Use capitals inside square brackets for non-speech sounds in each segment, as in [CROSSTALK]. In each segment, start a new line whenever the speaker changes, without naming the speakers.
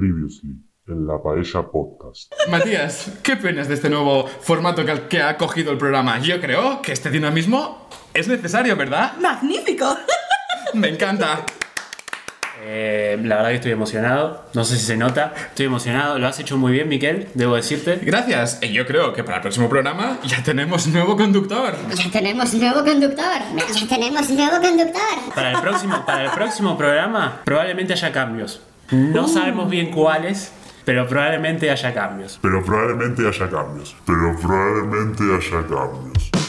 Previously, en la Paella Podcast.
Matías, ¿qué opinas de este nuevo formato que, que ha cogido el programa? Yo creo que este dinamismo es necesario, ¿verdad?
¡Magnífico!
Me encanta.
Eh, la verdad que estoy emocionado, no sé si se nota, estoy emocionado, lo has hecho muy bien Miquel, debo decirte.
Gracias. Y yo creo que para el próximo programa ya tenemos nuevo conductor.
Ya tenemos nuevo conductor. Ya tenemos nuevo conductor.
Para el próximo, para el próximo programa probablemente haya cambios. No sabemos bien cuáles, pero probablemente haya cambios.
Pero probablemente haya cambios. Pero probablemente haya cambios.
[LAUGHS]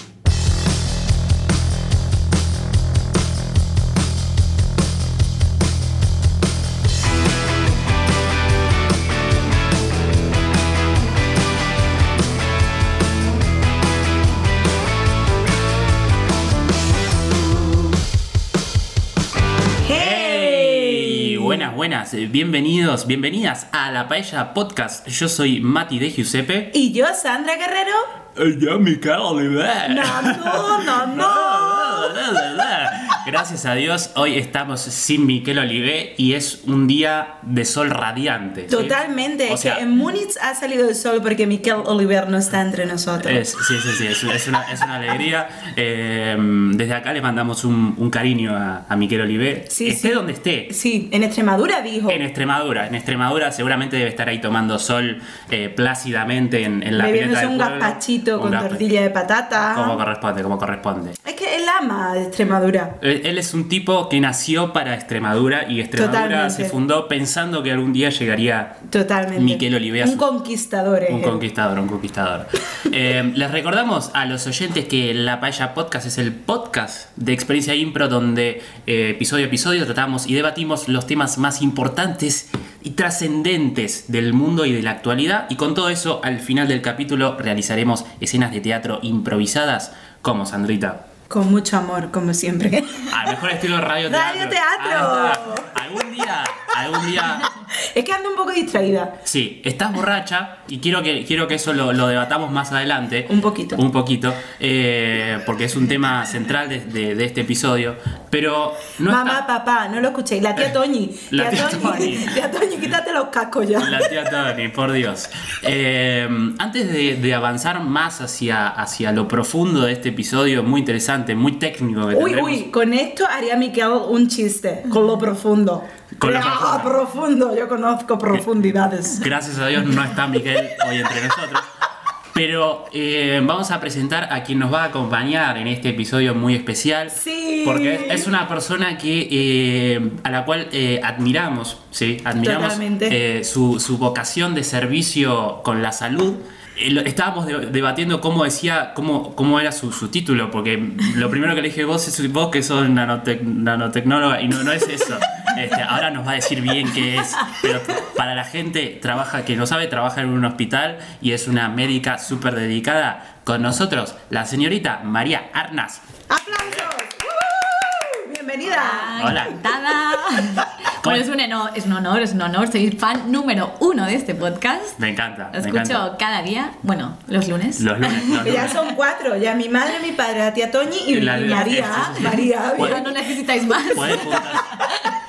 ¡Hey! Buenas, buenas, eh, bienvenidos, bienvenidas a la Paella Podcast. Yo soy Mati de Giuseppe.
¿Y yo, Sandra Guerrero?
Yo, Miquel Oliver.
No, no, no, no.
Gracias a Dios, hoy estamos sin Miquel Olivé y es un día de sol radiante.
Totalmente,
O sea,
que en Múnich ha salido el sol porque Miquel Oliver no está entre nosotros.
Es- sí, sí, sí, es, es una, es una alegría. Eh, desde acá le mandamos un, un cariño a, a Miquel Olivé.
Sí,
esté
sí.
donde esté.
Sí, en Extremadura dijo.
En Extremadura, en Extremadura seguramente debe estar ahí tomando sol eh, plácidamente en, en la pileta
bebiéndose
del
un
pueblo.
gazpachito
Un
con
gazpa-
tortilla de patata.
Como corresponde, como corresponde.
Es que él ama a Extremadura.
Él él es un tipo que nació para Extremadura y Extremadura
Totalmente.
se fundó pensando que algún día llegaría
Totalmente.
Miquel Oliver es
Un
un-
conquistador, eh, es
Un
él.
conquistador, un conquistador. Eh, les recordamos a los oyentes que La Paella Podcast es el podcast de Experiencia Impro donde eh, episodio a episodio tratamos y debatimos los temas más importantes y trascendentes del mundo y de la actualidad. Y con todo eso, al final del capítulo realizaremos escenas de teatro improvisadas como Sandrita.
Con mucho amor, como siempre. [LAUGHS]
Al Ah, mejor estilo radio teatro.
Radio teatro.
Ahí está. Algún día, algún día
es que ando un poco distraída.
Sí, estás borracha y quiero que, quiero que eso lo, lo debatamos más adelante.
Un poquito.
Un poquito, eh, porque es un tema central de, de- de este episodio. Pero no
Mamá,
está-
papá, no lo escuchéis. La
[LAUGHS]
tía Toñi.
La tía Toñi.
[LAUGHS] Tía Toñi, quítate los cascos ya.
La tía Tony, por Dios. Eh, antes de, de avanzar más hacia, hacia lo profundo de este episodio, muy interesante, muy técnico que
Uy,
tendremos-
uy, con esto haría Miquel un chiste, con lo profundo.
Con lo
Ah, profundo, yo conozco profundidades.
Gracias a Dios no está Miguel hoy entre nosotros. Pero eh, vamos a presentar a quien nos va a acompañar en este episodio muy especial.
Sí.
Porque es- es una persona que, eh, a la cual eh, admiramos, ¿sí? Admiramos
Totalmente.
eh, su, su vocación de servicio con la salud. Eh, lo- Estábamos de- debatiendo cómo decía, cómo, cómo era su, su título, porque lo primero que le dije vos es vos que sos nanotec- nanotecnóloga y no, no es eso. Este, ahora nos va a decir bien qué es, pero para la gente trabaja que no sabe, trabaja en un hospital y es una médica súper dedicada. Con nosotros, la señorita María Arnas.
¡Aplausos! ¡Woo! ¡Bienvenida!
Hola. [LAUGHS]
Encantada. Bueno, es un, eno- es un honor, es un honor. Soy fan número uno de este podcast.
Me encanta.
Lo
me
escucho
encanta.
cada día. Bueno, los lunes.
Los lunes. Los
Que ya
lunes.
son cuatro, ya mi madre, mi padre, la tía Toñi y,
La-
y
la-
María.
sí, sí, sí.
María,
Bueno,
Pero Ah, no necesitáis más. [LAUGHS]
Pueden juntarse,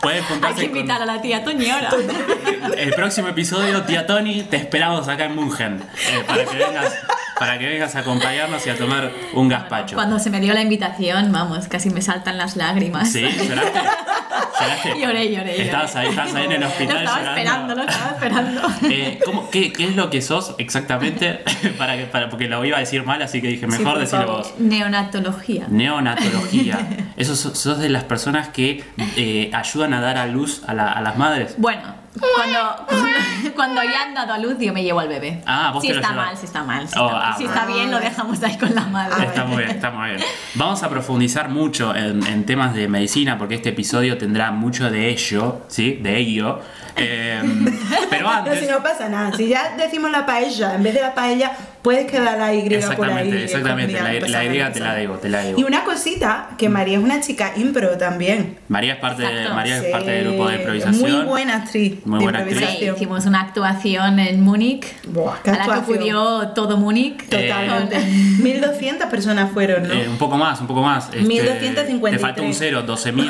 pueden
Hay
juntarse
que invitar a la tía Toñi ahora.
con- El próximo episodio, tía Tony, te esperamos acá en Mungen. eh, para, que vengas, para que vengas a acompañarnos y a tomar un gazpacho.
Cuando se me dio la invitación, vamos, casi me saltan las lágrimas.
Sí, lloraste. Lloraste.
[LAUGHS] Lloré, lloré.
Estabas ahí, estabas ahí en el hospital
Lo estaba
llorando.
esperando, lo estaba esperando.
Eh, ¿cómo- qué, qué es lo que sos exactamente? [LAUGHS] para que, para, porque lo iba a decir mal, así que dije, mejor
por
decirlo
favor.
vos.
Neonatología. [LAUGHS]
Neonatología. Eso so- sos de las personas que eh, ayudan a dar a luz a, la- a las madres.
Bueno, cuando, [LAUGHS] cuando ya han dado a luz, yo me llevo al bebé.
Ah, vos
si
te lo
está
llevas.
mal, si está mal. Si,
Oh,
está,
ah,
si
bueno.
está bien, lo dejamos ahí con la madre.
Está muy bien, está muy bien. Vamos a profundizar mucho en, en temas de medicina porque este episodio tendrá mucho de ello, ¿sí? De ello. Eh,
[LAUGHS]
pero
Pero si
antes...
no pasa nada, si ya decimos la paella, en vez de la paella, puedes quedar la Y por ahí.
Exactamente, exactamente.
escondida,
La-
no pasa
la
nada,
Y
no pasa
te la
nada.
debo, te la debo.
Y una cosita, que María es una chica impro también.
María es parte, de,
Exacto,
María es
Sí.
parte del grupo de improvisación.
Muy buena actriz.
Muy
de
buena actriz.
Sí,
improvisación.
hicimos una actuación en Múnich,
Buah, qué
a la que Eh,
actuación.
acudió todo Múnich.
Totalmente. 1200 personas fueron, ¿no?
Eh, un poco más, un poco más. Este,
1253.
Te falta un cero, 12.000.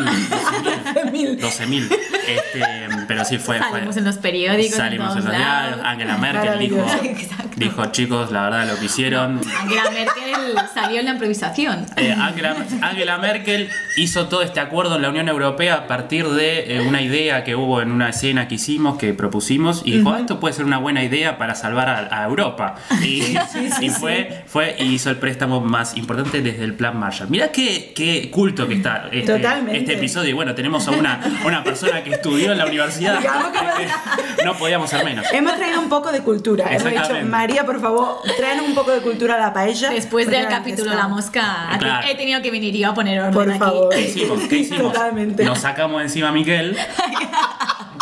12.000. 12.000. Este, pero pero sí fue. fue-
Salimos en los periódicos, en
Salimos en
todos
los
lados. [LAUGHS]
diarios. Angela Merkel dijo,
Maravilloso. Exacto.
dijo, chicos, la verdad lo que hicieron.
Angela Merkel salió en la improvisación.
Eh, Angela, Angela Merkel hizo todo este acuerdo en la Unión Europea a partir de eh, una idea que hubo en una escena que hicimos, que propusimos, y dijo, "Ah, esto puede ser una buena idea para salvar a, a Europa. Y, y fue, fue y hizo el préstamo más importante desde el Plan Marshall. Mirá qué, qué culto que está este,
Totalmente.
este episodio. Y bueno, tenemos a una, una persona que estudió en la universidad.
Digamos
[LAUGHS] no podíamos ser menos.
Hemos traído un poco de cultura. Hemos dicho,
Exactamente.
María, por favor, tráenos un poco de cultura a la paella.
Después del
Porque
capítulo
está-
La Mosca, aquí
Claro.
he tenido que venir yo a poner orden
Por
aquí.
favor.
¿Qué hicimos? ¿Qué hicimos?
Totalmente.
Nos sacamos encima a Miguel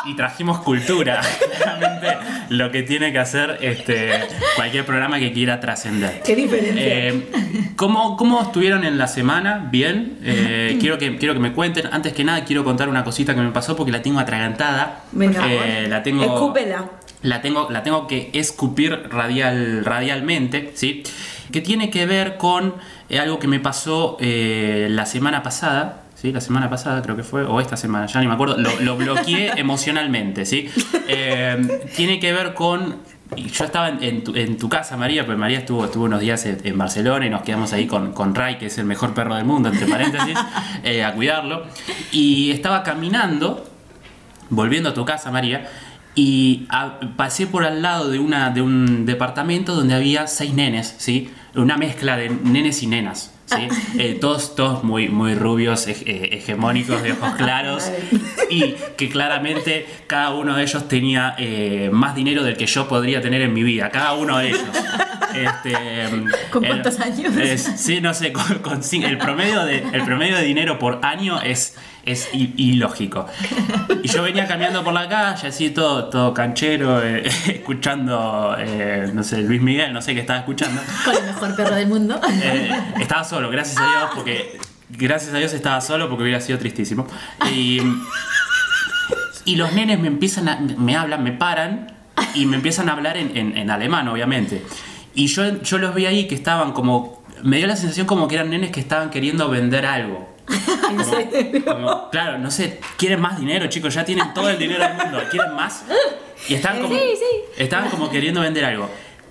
y trajimos cultura. Claramente lo que tiene que hacer este, cualquier programa que quiera trascender.
Qué diferencia.
Eh, ¿cómo, cómo estuvieron en la semana? Bien. Eh, quiero, que, quiero que me cuenten. Antes que nada, quiero contar una cosita que me pasó porque la tengo atragantada.
Venga.
Eh, la tengo.
Escúpela.
La tengo, la tengo que escupir radial, radialmente, ¿sí? Que tiene que ver con eh, algo que me pasó eh, la semana pasada, ¿sí? La semana pasada creo que fue, o esta semana, ya ni me acuerdo. Lo,
[LAUGHS]
lo bloqueé emocionalmente, ¿sí? Eh, tiene que ver con... y Yo estaba en, en tu, en tu casa, María, pero María estuvo, estuvo unos días en, en Barcelona y nos quedamos ahí con, con Ray, que es el mejor perro del mundo, entre
[LAUGHS]
paréntesis, eh, a cuidarlo. Y estaba caminando volviendo a tu casa, María, y a- pasé por al lado de, una, de un departamento donde había seis nenes, ¿sí? Una mezcla de nenes y nenas. ¿Sí?
Ah.
Eh, todos, todos muy, muy rubios, hege- eh, hegemónicos, de
[LAUGHS]
ojos claros, y que claramente cada uno de ellos tenía eh, más dinero del que yo podría tener en mi vida, cada uno de ellos.
[LAUGHS]
Este,
¿Con
eh,
cuántos años?
es- sí, no sé, con, con cin- el, promedio de, el promedio de dinero por año es, es i- ilógico. Y yo venía caminando por la calle, así todo, todo canchero, eh, [LAUGHS] escuchando, eh, no sé, Luis Miguel, no sé qué estaba escuchando.
Con el mejor perro del mundo.
Eh, estaba solo, gracias a Dios, porque gracias a Dios estaba solo porque hubiera sido tristísimo. Y, y los nenes me empiezan a, me hablan, me paran y me empiezan a hablar en, en- en alemán, obviamente. Y yo, yo los vi ahí que estaban como, me dio la sensación como que eran nenes que estaban queriendo vender algo. Eh,
[LAUGHS]
Como, claro, no sé, quieren más dinero, chicos, ya tienen todo el dinero del mundo, quieren más. Y estaban como, estaban como queriendo vender algo.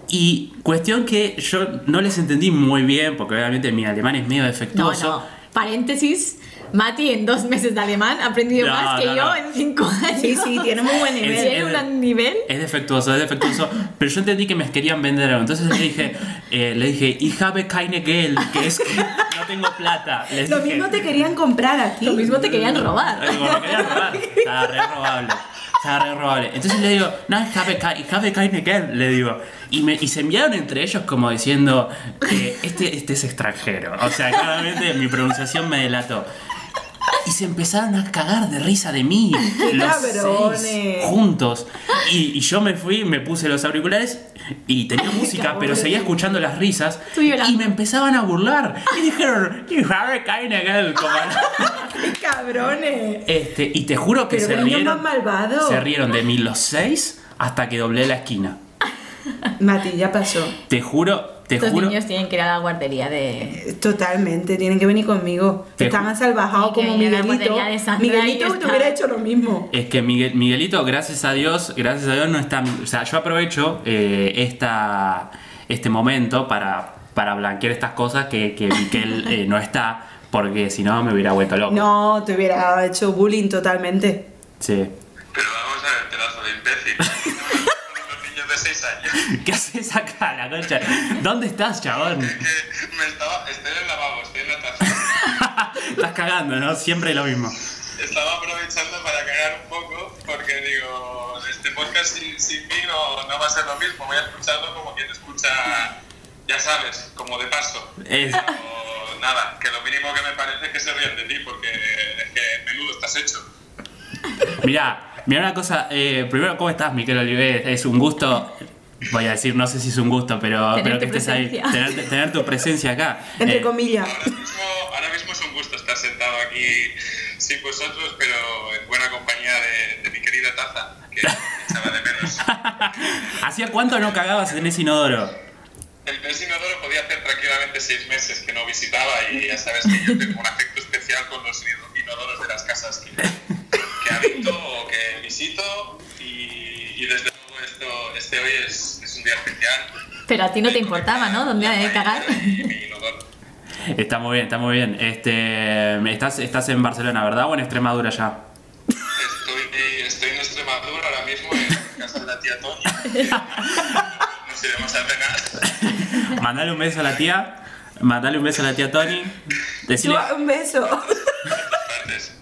Y cuestión que yo no les entendí muy bien, porque obviamente mi alemán es medio
No,
defectuoso.
no. Paréntesis. Mati en dos meses de alemán ha aprendido
No,
más que
no,
yo
no.
en cinco años.
Sí, sí, tiene muy
[LAUGHS]
buen
Es-
nivel.
Tiene
es-
un nivel.
Es defectuoso, es defectuoso. Pero yo entendí que me querían vender algo. Entonces le dije, eh, le dije, ich habe keine Geld, que es que no tengo plata. Les
Lo
dije,
mismo te querían comprar a ti.
Lo mismo te querían robar.
Ay, bueno, me querían robar. Estaba re robable. Estaba re robable. Entonces le digo, no, ich habe, kei- ich habe keine Geld", le digo. Y, me, y se enviaron entre ellos como diciendo, eh, este, este es extranjero. O sea, claramente mi pronunciación me delató. Y se empezaron a cagar de risa de mí. Los
Cabrones.
seis juntos. Y, y yo me fui, me puse los auriculares y tenía música, pero seguía escuchando las risas.
Tú llorando.
Y me empezaban a burlar. Y dijeron, you have keine Geld", como-
¡Qué cabrones!
este, y te juro que
Pero
se
qué niño
rieron.
más malvado.
Se rieron de mí los seis hasta que doblé la esquina.
Mati, ya pasó.
Te juro, te
Estos
juro.
niños tienen que ir a la guardería de.
Totalmente, tienen que venir conmigo.
Te
Estaban
ju-
salvajados
Tienen que
como
venir a la
Miguelito.
guardería de Sandra y
Miguelito te
está-
hubiera hecho lo mismo.
Es que Miguel, Miguelito, gracias a Dios, gracias a Dios no está. O sea, yo aprovecho eh, esta, este momento para, para blanquear estas cosas que, que Miguel eh, no está, porque si no me hubiera vuelto loco.
No, te hubiera hecho bullying totalmente.
Sí.
Pero vamos a ver, pedazo de imbécil. Los niños de 6 años.
¿Qué haces acá, la concha? ¿Dónde estás, chabón? [LAUGHS]
Que me estaba. Estoy en el lavabo, estoy en la taza.
Estás cagando, ¿no? Siempre lo mismo.
Estaba aprovechando para cagar un poco, porque digo, este podcast sin, sin mí no, no va a ser lo mismo. Voy a escucharlo como quien escucha, ya sabes, como de paso.
Es-
Pero nada, que lo mínimo que me parece es que se ríen de ti, porque es que menudo estás hecho.
Mirá, mirá una cosa. eh, primero, ¿cómo estás, Miquel Olivet? Es un gusto. Voy a decir, no sé si es un gusto, pero,
Tener
pero que
tu
estés ahí.
presencia.
Tener, tener tu presencia acá.
Entre
Eh,
comillas.
Ahora mismo, ahora mismo es un gusto estar sentado aquí sin vosotros, pero en buena compañía de, de mi querida Taza, que echaba de menos.
[LAUGHS] ¿Hacía cuánto no cagabas en ese inodoro?
El vecino lo podía hacer tranquilamente seis meses que no visitaba y ya sabes que yo tengo un afecto especial con los inodoros de las casas que, que habito o que visito bonito y, y desde luego esto, este hoy es, es un día especial.
Pero a ti no te importaba, ¿no? ¿Dónde hay que cagar? [LAUGHS]
Y mi inodoro.
Está muy bien, está muy bien. Este, estás, estás en Barcelona, ¿verdad? O en Extremadura ya.
Estoy, estoy en Extremadura ahora mismo en casa de la tía Toña. Nos iremos a cenar.
Mandale un beso a la tía. Mandale un beso a la tía Tony. Decile,
Yo, un beso.
Antes.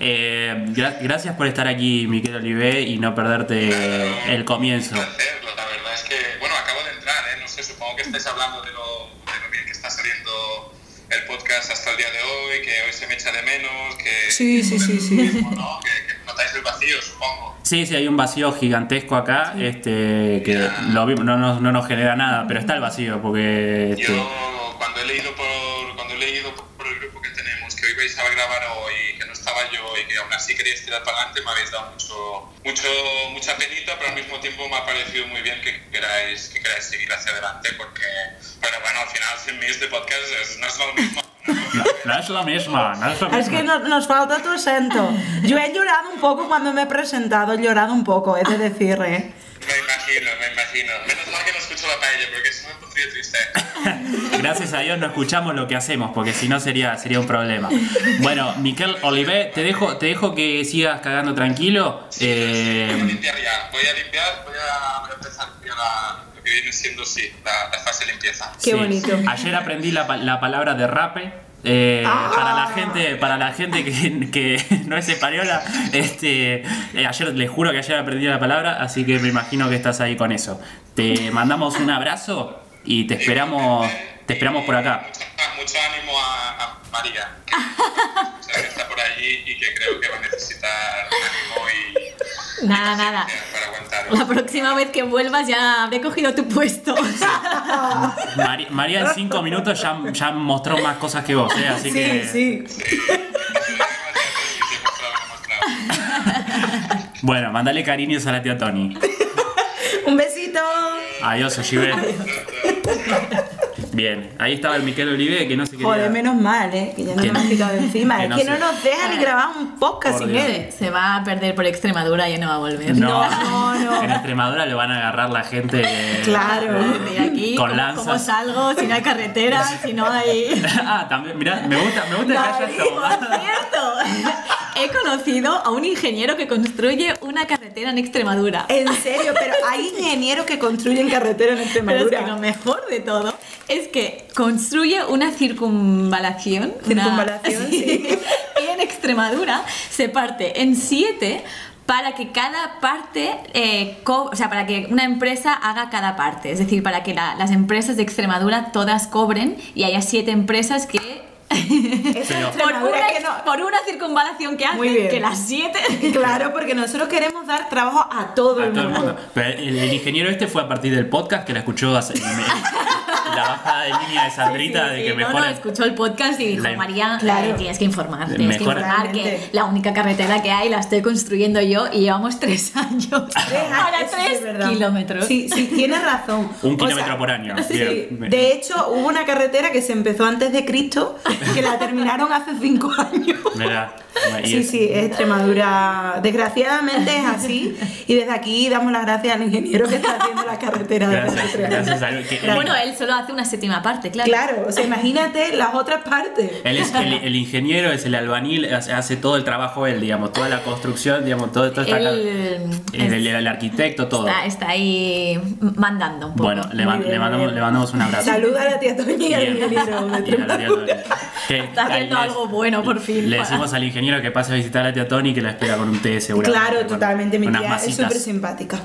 eh, gra- gracias por estar aquí, mi querido Olivé, y no perderte Eh, el comienzo.
Un placer, La verdad es que, bueno, acabo de entrar, ¿eh? No sé, supongo que estáis hablando de lo, de lo bien que está saliendo el podcast hasta el día de hoy, que hoy se me echa de menos, que...
Sí, sí, sí, sí.
¿no? Que, que notáis el vacío, supongo.
Sí, sí, hay un vacío gigantesco acá, este, que lo vi- no, nos, no nos genera nada, pero está el vacío, porque... este,
Yo cuando he leído por cuando he leído por el grupo que tenemos que hoy vais a grabar hoy, que no estaba yo y que aún así queríais tirar para adelante, me habéis dado mucho, mucho, mucha penita, pero al mismo tiempo me ha parecido muy bien que queráis, que queráis seguir hacia adelante, porque pero bueno, al final sin mí este podcast es- no es lo mismo.
no, no es lo mismo, no es lo
Es que
mismo.
no- nos falta tu acento. Yo he llorado un poco cuando me he presentado, he llorado un poco, he de decir, ¿eh?
[LAUGHS] Me imagino, me imagino. Menos mal que no escucho la paella, porque si no me pondría triste.
Gracias a Dios no escuchamos lo que hacemos, porque si no sería, sería un problema. Bueno, Miquel Olivé, te dejo, te dejo que sigas cagando tranquilo.
Voy a
eh,
limpiar ya, voy a limpiar, voy a, voy a empezar ya la, lo que viene siendo, sí, la, la fase limpieza.
Qué bonito.
Ayer aprendí la, pa- la palabra derrape. eh,
Ah.
para la gente, para la gente que, [LAUGHS] que no es española, este, eh, ayer les juro que ayer aprendí la palabra, así que me imagino que estás ahí con eso. Te mandamos un abrazo y te esperamos, te esperamos por acá.
Mucho, Ah, mucho ánimo a, a María, que, o sea, que está por allí y que creo que va a necesitar ánimo y
Nada, nada.
eh, para aguantar.
La
[LAUGHS]
próxima vez que vuelvas ya habré cogido tu [LAUGHS] puesto.
Mari- María en cinco minutos ya, ya mostró más cosas que vos, eh, así que
Sí, sí.
bueno, mandale cariños a la tía Tony.
Un besito.
Adiós, Ojive. Bien, ahí estaba el Miquel Olive que no sé qué.
Joder, menos mal, ¿eh? Que ya no
Que
nos
no-
has quitado de encima.
que
Es
no
que
se-
no nos dejan ni grabar un podcast
Por
sin
Dios.
él.
Se va a perder por Extremadura y [LAUGHS] no va a volver.
No,
No, no, no.
En Extremadura le van a agarrar la gente. que-
Claro.
Y aquí,
Con
¿cómo,
lanzas.
cómo salgo? Si no hay carretera, si no hay...
[LAUGHS] ah, también, mirá, me gusta, me gusta que hayas
Madrid, por
tomado.
cierto. [LAUGHS] He conocido a un ingeniero que construye una carretera en Extremadura.
En serio, pero hay ingenieros que construyen carretera en
Pero es
Extremadura.
que lo mejor de todo es que construye una circunvalación. una- [LAUGHS]
Circunvalación, sí.
y en Extremadura se parte en siete para que cada parte, eh, co- o sea, para que una empresa haga cada parte. Es decir, para que la- las empresas de Extremadura todas cobren y haya siete empresas que... [LAUGHS]
Eso en
Pero-
Por
Extremadura
una,
que no-
por una circunvalación que
Muy
hacen,
bien.
que las siete...
[LAUGHS] Claro, porque nosotros queremos dar trabajo a todo,
A
el,
todo el
mundo.
mundo. Pero el, el ingeniero este fue a partir del podcast que la escuchó hace. me- [LAUGHS] la bajada de línea de Sandrita
Sí, sí,
de que
sí.
me
no, no,
ponen-
escuchó el podcast y dijo,
La-
María,
Claro.
eh, tienes que informar,
Mejor-
tienes que informar que
Realmente.
la única carretera que hay la estoy construyendo yo y llevamos tres [LAUGHS] años para
Eso sí
tres
es verdad.
kilómetros.
Sí, sí, tienes razón.
[LAUGHS] Un
O
kilómetro
sea,
por año.
[LAUGHS] sí.
Bien.
De hecho, hubo una carretera que se empezó antes de Cristo, que la terminaron hace cinco años.
Mirá, y
Sí,
es-
sí, es Extremadura. Desgraciadamente es así. Y desde aquí damos las gracias al ingeniero que está haciendo la carretera. de
Gracias,
Extremadura.
gracias a él. que- él-
Bueno, él solo hace una séptima parte, claro.
Claro, o sea, imagínate las otras partes.
él es el, el ingeniero, es el albañil, hace, hace todo el trabajo él, digamos, toda la construcción, digamos, todo esto está acá.
Él-
El, el- el arquitecto, todo.
Está, está ahí mandando un poco.
Bueno, le, man-
bien,
le
muy
mandamos,
bien.
le mandamos un abrazo.
Saluda a la tía Toña y al
Bien. [LAUGHS]
ingeniero. de
Y a la tía
[LAUGHS]
Toni.
Extremadura.
Que
Está haciendo
le-
algo bueno, por fin,
Le
para-
decimos al ingeniero que pase a visitar a la tía Tony que la espera con un té seguro.
Claro, totalmente. Mi
Unas
tía es
masitas.
súper simpática.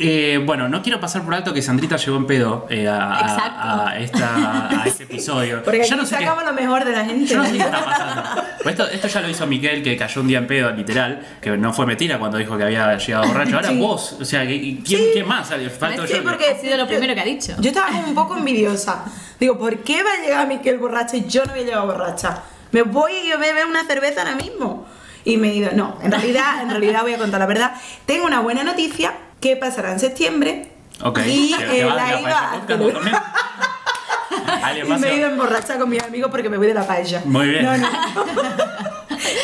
Eh, bueno, no quiero pasar por alto que Sandrita llegó en pedo eh, a, a-
Exacto.
a esta- a este episodio.
[LAUGHS] Porque
Yo
aquí
no sé qué-
sacamos lo mejor de la gente.
yo no sé qué está pasando.
[LAUGHS]
Pues esto, esto ya lo hizo Miquel, que cayó un día en pedo, literal. Que no fue mentira cuando dijo que había llegado borracho. Ahora vos, o sea, ¿quién, quién más? Falto
Sí,
yo.
porque ha sido lo primero que ha dicho.
Yo estaba como un poco envidiosa. Digo, ¿por qué va a llegar Miquel borracha y yo no voy a llegar borracha? Me voy a beber una cerveza ahora mismo. Y me he ido. No, en realidad, en realidad voy a contar la verdad. Tengo una buena noticia que pasará en septiembre.
Ok,
Y
¿te- te
eh,
vas de
la iba
la paella podcast vos también?
[LAUGHS] a
¿Alguien
y
más se
me he
va? [LAUGHS]
ido emborracha con mis amigos porque me voy de la paella.
Muy bien.
No, no.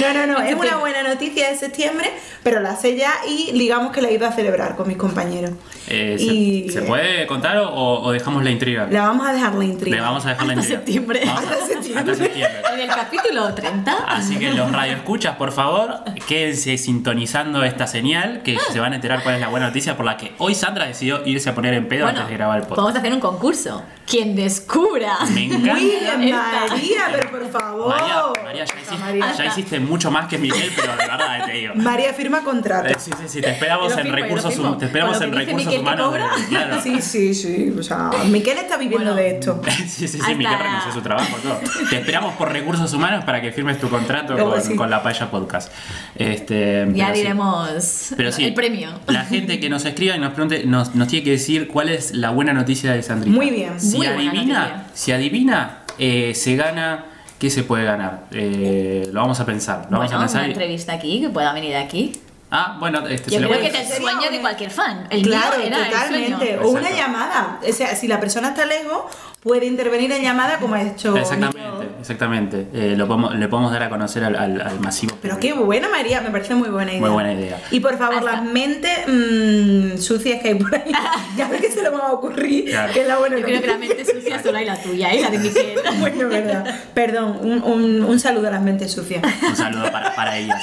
No, no, no, es
Entonces-
una buena noticia de septiembre, pero la sé ya y digamos que la he ido a celebrar con mis compañeros.
Eh, se-
y
¿se, puede contar o, o dejamos la intriga?
La vamos a dejar la intriga.
Le vamos a dejar la
[LAUGHS] Hasta
intriga.
septiembre.
Vamos-
Hasta septiembre.
Hasta septiembre.
[LAUGHS] En el capítulo 30.
Así que los radioescuchas, por favor, quédense sintonizando esta señal que se van a enterar cuál es la buena noticia por la que hoy Sandra decidió irse a poner en pedo
Bueno,
antes de grabar el
vamos
podcast.
a hacer un concurso. Quien descubra.
Me encanta.
Muy bien,
[LAUGHS] Esta-
María, pero por favor.
María, María, ya, hiciste,
María.
ya hiciste mucho más que Miguel, pero de verdad eh, te digo.
María firma contrato.
Eh, Sí, sí, sí, te esperamos
Lo
en
firmo,
recursos,
lo firmo.
hum- te esperamos
Con lo
en
que dice
recursos
Miguel que
humanos.
cobra.
de- claro.
Sí, sí, sí. O sea, Miquel está viviendo
Bueno.
de esto.
[LAUGHS] Sí, sí, sí,
Hasta-
Miguel renunció a su trabajo, todo. Te esperamos por recursos humanos para que firmes tu contrato
Luego
con,
sí.
con la Paya Podcast. Este,
Ya
pero sí.
diremos
Pero sí,
el premio.
La gente que nos escriba y nos pregunte, nos, nos tiene que decir cuál es la buena noticia de Sandrita.
Muy bien.
Si
Muy buena
adivina,
noticia.
si adivina, eh, se gana. ¿Qué se puede ganar? Eh, lo vamos a pensar. Lo vamos
Bueno,
a pensar.
una
y-
entrevista aquí, que pueda venir aquí.
Ah, bueno, este,
Yo
se lo
creo
voy
que
a-
es el
Sería
sueño de
una-
cualquier fan. El
claro,
mío era el
totalmente.
sueño.
o una
Exacto.
llamada. O sea, si la persona está lejos, puede intervenir en llamada como ha hecho.
Exactamente, exactamente. Eh, lo podemos- le podemos dar a conocer al, al- al masivo.
Pero qué
público.
buena, María, me parece muy buena idea.
Muy buena idea.
Y por favor,
Hasta-
las mentes mm, sucias que hay por ahí, [LAUGHS] ya ver qué se le va a ocurrir,
Claro.
que es la buena
Yo creo que la
noticia.
mente sucia solo hay la tuya y
[LAUGHS]
la de Miguel.
Bueno, verdad. Perdón, un, un- un saludo a las mentes sucias.
Un saludo para, para ellas.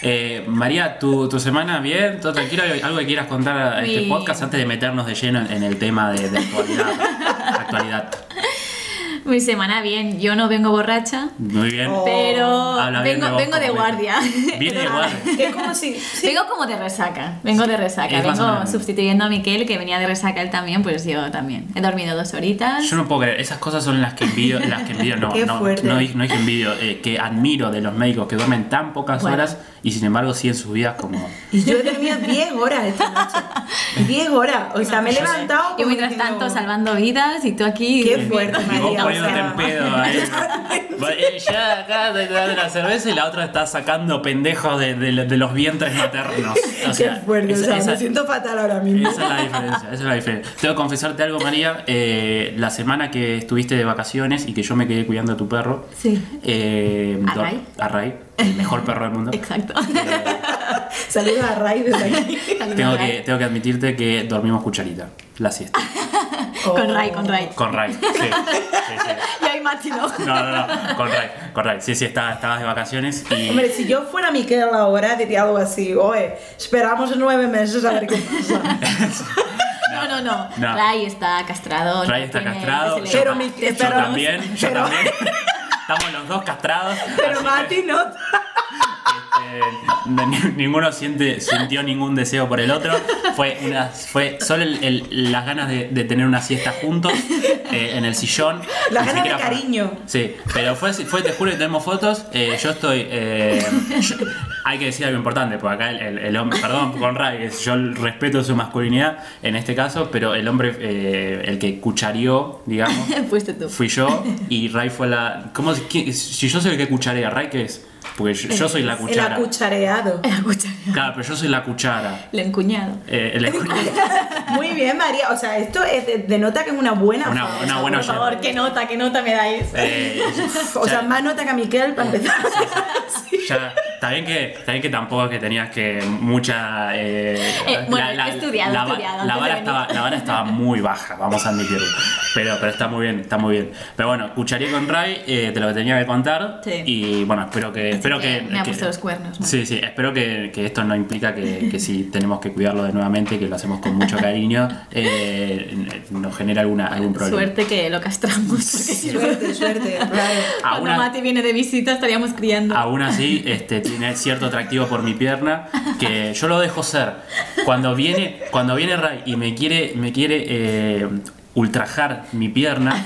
Eh, María, ¿tu, tu semana bien? ¿Todo tranquilo? ¿Hay ¿Algo que quieras contar a este
Bien.
podcast antes de meternos de lleno en, en el tema de, de actualidad? actualidad.
Mi semana bien, yo no vengo borracha,
Muy bien.
Oh.
pero
Habla bien
vengo,
vos,
vengo de
Paulina.
guardia.
Viene de
[LAUGHS]
guardia.
Que es como si. sí.
Vengo como de resaca, vengo de resaca,
es más o
vengo
menos.
sustituyendo a Miquel que venía de resaca él también, pues yo también. He dormido dos horitas.
Yo no puedo creer, esas cosas son las que envidio, las que envidio,
[LAUGHS]
no,
Qué
no,
fuerte.
no, dije- no dije envidio, eh, que admiro de los médicos que duermen tan pocas
Bueno.
horas y sin embargo siguen sus vidas como...
Y yo he dormido 10 horas esta noche. 10 horas. O sea, me he levantado.
Yo
como
mientras
diciendo,
tanto salvando vidas y tú aquí.
Qué fuerte,
Y vos
María, o
poniéndote
sea.
en pedo ahí.
[LAUGHS]
Vos, eh, Ya acá te da la cerveza y la otra está sacando pendejos de, de- de los vientres maternos. O sea,
qué fuerte,
esa-
o sea,
esa-
me siento fatal ahora
[LAUGHS]
mismo.
esa es la diferencia, esa es la diferencia. Tengo que confesarte algo, María. eh, la semana que estuviste de vacaciones y que yo me quedé cuidando a tu perro.
Sí.
eh,
A
do-
Ray.
a Ray, el mejor perro del
[LAUGHS]
mundo.
[LAUGHS] Exacto.
Saludos a Ray desde
[LAUGHS]
aquí.
Tengo que, tengo que admitirte que dormimos cucharita, la siesta.
Con Ray, con Ray.
Con Ray, sí. sí, sí.
[LAUGHS] Y ahí Mati no. [LAUGHS]
No, no, no, con Ray, con Ray. Sí, sí, estaba- estabas de vacaciones y...
Hombre, si yo fuera Miquel ahora, diría algo así. Oye, esperamos nueve meses a ver qué pasa.
No, no, no.
No.
Ray está castrado. no
Ray está
tiene-
castrado.
no se
yo
le-
Pero
ta-
mi-
yo
pero-
también, yo
pero- [LAUGHS]
también. Estamos los dos castrados.
Pero
así
Mati no.
que, eh, ni- ninguno siente, sintió ningún deseo por el otro. Fue, una, fue solo el- el- las ganas de, de tener una siesta juntos eh, en el sillón.
Las
Ni
ganas de
siquiera fue-
cariño.
Sí, pero fue, así- fue te juro que tenemos fotos. eh, yo estoy. eh, yo- hay que decir algo importante, porque acá el, el- el hombre, perdón, con Ray, es- yo respeto su masculinidad en este caso, pero el hombre, eh, el que cucharió, digamos,
[LAUGHS] Fuiste tú. [LAUGHS]
fui yo y Ray fue la. ¿Cómo es? ¿Quién- Si yo soy el que cucharea, ¿Ray qué es? Porque yo, yo soy la
El
cuchara.
acuchareado.
La cuchara.
Claro, pero yo soy la cuchara.
El encuñado.
Eh, el-
Muy bien, María. O sea, esto es de- denota que es una buena.
Una-
fan.
una
O sea,
buena
por
oyente.
Por
favor.
favor, qué nota, qué nota me dais.
eh,
O
ya-
sea, más nota que a Miquel para empezar. [LAUGHS]
ya- está bien que, está bien que tampoco es que tenías que mucha. eh,
Eh, bueno, estudiado,
la, va-
estudiado,
la
antes de
vara
venir.
estaba, la vara estaba muy baja, vamos a admitirlo. Pero, pero está muy bien, está muy bien. Pero bueno, cucharé con Ray eh, de lo que tenía que contar.
Sí.
Y bueno, espero que. espero
que
que,
me ha
que-
puesto los cuernos, ¿no?
Sí, sí, espero que, que esto no implica que, que
[LAUGHS]
si tenemos que cuidarlo de nuevamente, que lo hacemos con mucho cariño, eh, nos genera alguna, algún problema.
Suerte que lo castramos. Porque [LAUGHS] si no,
suerte, suerte. Claro.
cuando
Aún a-
Mati viene de visita estaríamos criando.
Aún así, este, tiene cierto atractivo por mi pierna que yo lo dejo ser. Cuando viene, cuando viene Ray y me quiere, me quiere eh, ultrajar mi pierna,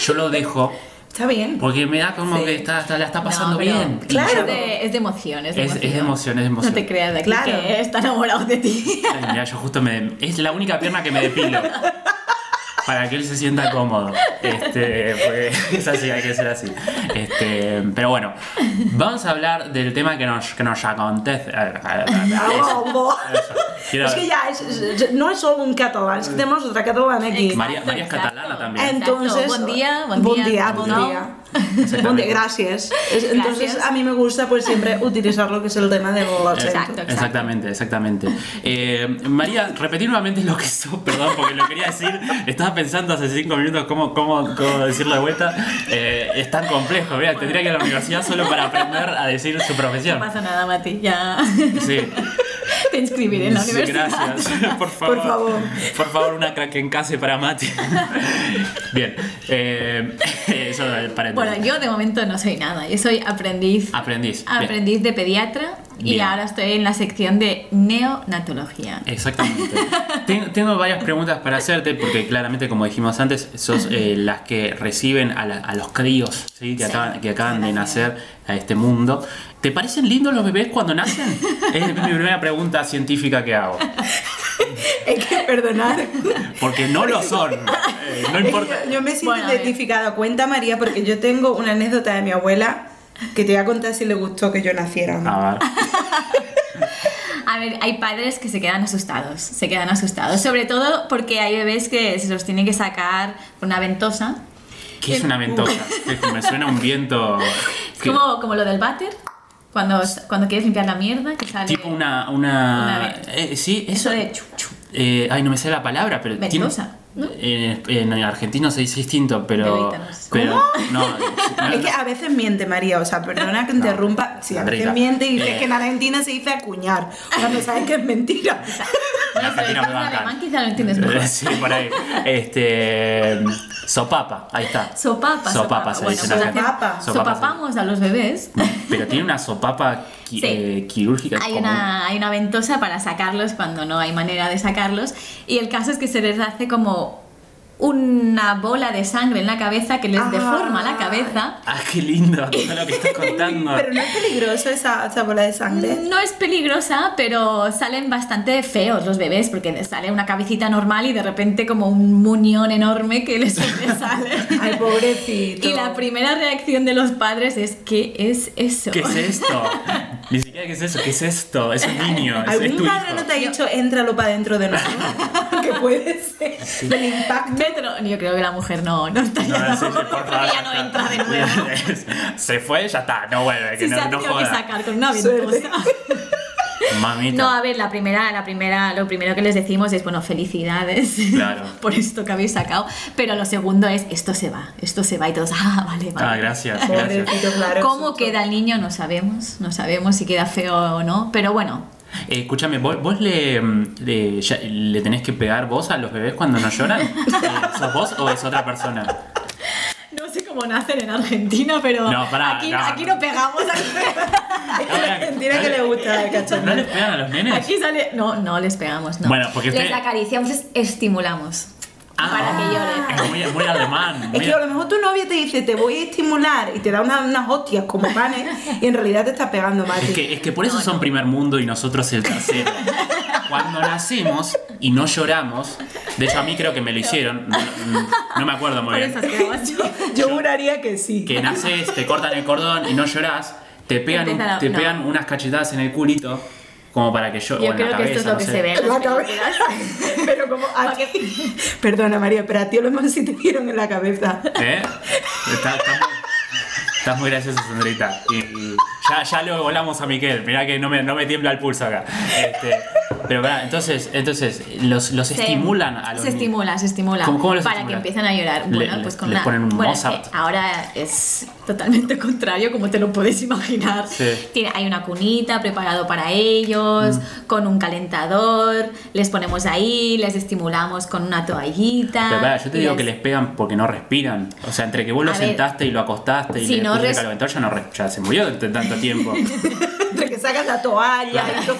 yo lo dejo
Está bien.
porque me da como
Sí.
que está, Pues está- la está pasando
No, pero
bien. Y
Claro.
Es de, es de emoción, es de
Es-
emoción.
es de emoción, es de emoción.
No te creas de aquí
Claro.
que está enamorado de ti.
yo- ay, mirá, yo justo me, es la única pierna que me depilo. Para que él se sienta cómodo. Este, porque [LAUGHS] es así, hay que ser así. Este, pero bueno, vamos a hablar del tema que nos, que nos acontece.
Ah, bo.
Eso. Quiero-
Es que ya, es- es- no es solo un catalán, es que tenemos otra catalana aquí.
María- María es
Exacto,
catalana también.
exacto.
Entonces,
buen día, buen día.
buen día,
¿no?
buen día.
Exactamente.
Ponte gracias. Es- Entonces
Gracias.
a mí me gusta pues siempre utilizar lo que es el tema del acento.
Exacto.
Exactamente, exactamente. Eh, María, repetir nuevamente lo que hizo, perdón, porque lo quería decir. Estaba pensando hace cinco minutos cómo, cómo, cómo decirlo de vuelta. Eh, es tan complejo, mira, tendría que ir a la universidad solo para aprender a decir su
No
profesión.
pasa nada, Mati, ya.
Sí.
[LAUGHS] Te inscribiré en la
Sí,
universidad.
Gracias,
[LAUGHS]
por favor.
Por favor.
Por favor, una crack en casa para Mati. Bien, eh, [LAUGHS] eso para
Bueno, yo de momento no soy nada. Yo soy aprendiz.
Aprendiz. bien.
aprendiz de pediatra y
Bien. Eh.
ahora estoy en la sección de neonatología. [LAUGHS]
Exactamente. Ten- tengo varias preguntas para hacerte porque claramente, como dijimos antes, sos eh, las que reciben a, la- a los críos ¿sí? que,
Sí.
acaban, que acaban de
Gracias.
nacer a este mundo. ¿Te parecen lindos los bebés cuando nacen? es mi primera pregunta científica que hago.
Hay que perdonar.
Porque no lo son. Eh, no
[LAUGHS]
importa.
Yo, yo me siento
Bueno, a ver.
identificada. Cuenta María porque yo tengo una anécdota de mi abuela que te voy a contar si le gustó que yo naciera o no.
A ver.
A ver, hay padres que se quedan asustados, se quedan asustados, sobre todo porque hay bebés que se los tienen que sacar con una ventosa.
¿Qué es una
[LAUGHS]
ventosa? Me suena un viento.
Es
que-
como, como lo del váter, cuando, cuando quieres limpiar la mierda, que sale...
Tipo una. una,
Una
eh, sí, eso.
Eso de chu, chu.
Eh, ay, no me sale la palabra, pero. tiene-
Ventosa, ¿no?
En, en argentino se dice distinto, pero.
Bebitas.
pero
[LAUGHS]
no, Ah,
Es que a veces miente María, o sea, perdona
[LAUGHS]
que interrumpa. Sí, a veces
Andreita,
miente y dice
eh.
que en Argentina se dice acuñar, cuando sabes que es mentira.
en Argentina
Pero
me
en
bancan.
alemán quizá lo entiendes mejor.
Eh, [LAUGHS] Sí, por ahí. Este. Sopapa, ahí está.
Sopapa,
Sopapa se
Bueno,
dice en
pues
sopapa.
Argentina.
hacemos-
Sopapa,
Sopapamos a los bebés.
Pero tiene una sopapa qui-
Sí.
eh, quirúrgica.
Hay
como-
una, hay una ventosa para sacarlos cuando no hay manera de sacarlos. Y el caso es que se les hace como una bola de sangre en la cabeza que les
Ah.
deforma la cabeza.
Ah, qué lindo todo lo que estás
[LAUGHS]
contando.
Pero no es peligroso esa, esa bola de sangre.
No es peligrosa, pero salen bastante feos los bebés porque sale una cabecita normal y de repente como un muñón enorme que les [LAUGHS] sobresale.
Ay, pobrecito.
Y la primera reacción de los padres es ¿qué es eso?
¿Qué es
[LAUGHS]
esto? Ni siquiera qué es eso, ¿qué es esto? Es un niño, es, es
¿Algún
tu
padre
hijo.
no te ha dicho, éntralo para dentro de nosotros?
[LAUGHS]
que puede ser. Del
[LAUGHS]
impacto.
Vetero- yo creo que la mujer no, no estaría
No, sí, sí,
tampoco
por
[LAUGHS] porque
favor,
ya no
[LAUGHS]
entra de nuevo.
Se fue, ya está, no vuelve, que
Si se
no,
ha
no
tenido que
joda.
sacar con una
Suerte.
ventosa.
Mamita.
No, a ver, la primera, la primera, lo primero que les decimos es, bueno, felicidades
Claro.
[LAUGHS] por esto que habéis sacado, pero lo segundo es, esto se va, esto se va y todos, ah, vale, vale.
ah, gracias, gracias.
Pobrecito, claro.
¿Cómo
susto.
queda el niño? No sabemos, no sabemos si queda feo o no, pero bueno,
Eh, escúchame, ¿vos, vos le, mm, le, ya- le tenés que pegar vos a los bebés cuando no lloran?
[LAUGHS]
Eh, ¿Sos vos o es otra persona?
no sé cómo nacen en Argentina, pero
No, pará,
aquí,
no.
aquí
[LAUGHS]
no pegamos, [LAUGHS]
Es que a la Argentina que le gusta el
¿No les
cachondeo.
pegan a los nenes?
aquí sale, no, no les pegamos, no.
Bueno, porque
les
usted-
acariciamos, les estimulamos
Ah.
para que lloren.
Es muy, muy alemán.
Es
muy-
que a lo mejor tu novia te dice, te voy a estimular y te da una- unas hostias como panes y en realidad te está pegando, Mati.
Es que, es que por eso son primer mundo y nosotros el tercero. Cuando nacemos y no lloramos, de hecho a mí creo que me lo hicieron, no, no- no me acuerdo muy
Por
bien,
eso quedamos
[LAUGHS]
Yo juraría que sí. [LAUGHS]
que naces, te cortan el cordón y no llorás, te pegan, un-
Empieza la-
te
no.
pegan unas cachetadas en el culito como para que yo, o
Yo
en
creo
la
que esto es
cabeza,
lo
no
que
sé.
se ve.
La
en las
cabeza.
películas.
[LAUGHS] Pero como a ti- Perdona María, pero a ti a lo mejor sí te dieron en la cabeza.
¿Eh? Está- está muy- estás muy graciosa, Sandrita. Y, y ya, ya lo volamos a Miquel. Mirá que no me, no me tiembla el pulso acá. Este, pero pará, entonces, entonces los, los
Se-
estimulan a los
Se
ni-
estimula, se estimula.
¿Cómo- cómo los
para
estimulan?
que empiecen a llorar.
Le-
Bueno,
le-
pues con
les
una.
ponen un
bueno, es que
Mozart.
ahora es totalmente [LAUGHS] contrario, como te lo puedes imaginar.
Sí. Mm.
Tiene, hay una cunita preparado para ellos, con un calentador, les ponemos ahí, les estimulamos con una toallita.
Pero pará, yo te
y
digo
les-
que les pegan porque no respiran. O sea, entre que vos lo
A ver,
sentaste y lo acostaste y
si
le
no
pusiste
res-
calentar, ya, no re- ya se murió de tanto
[LAUGHS]
tiempo.
Entre que sacas la toalla y todo.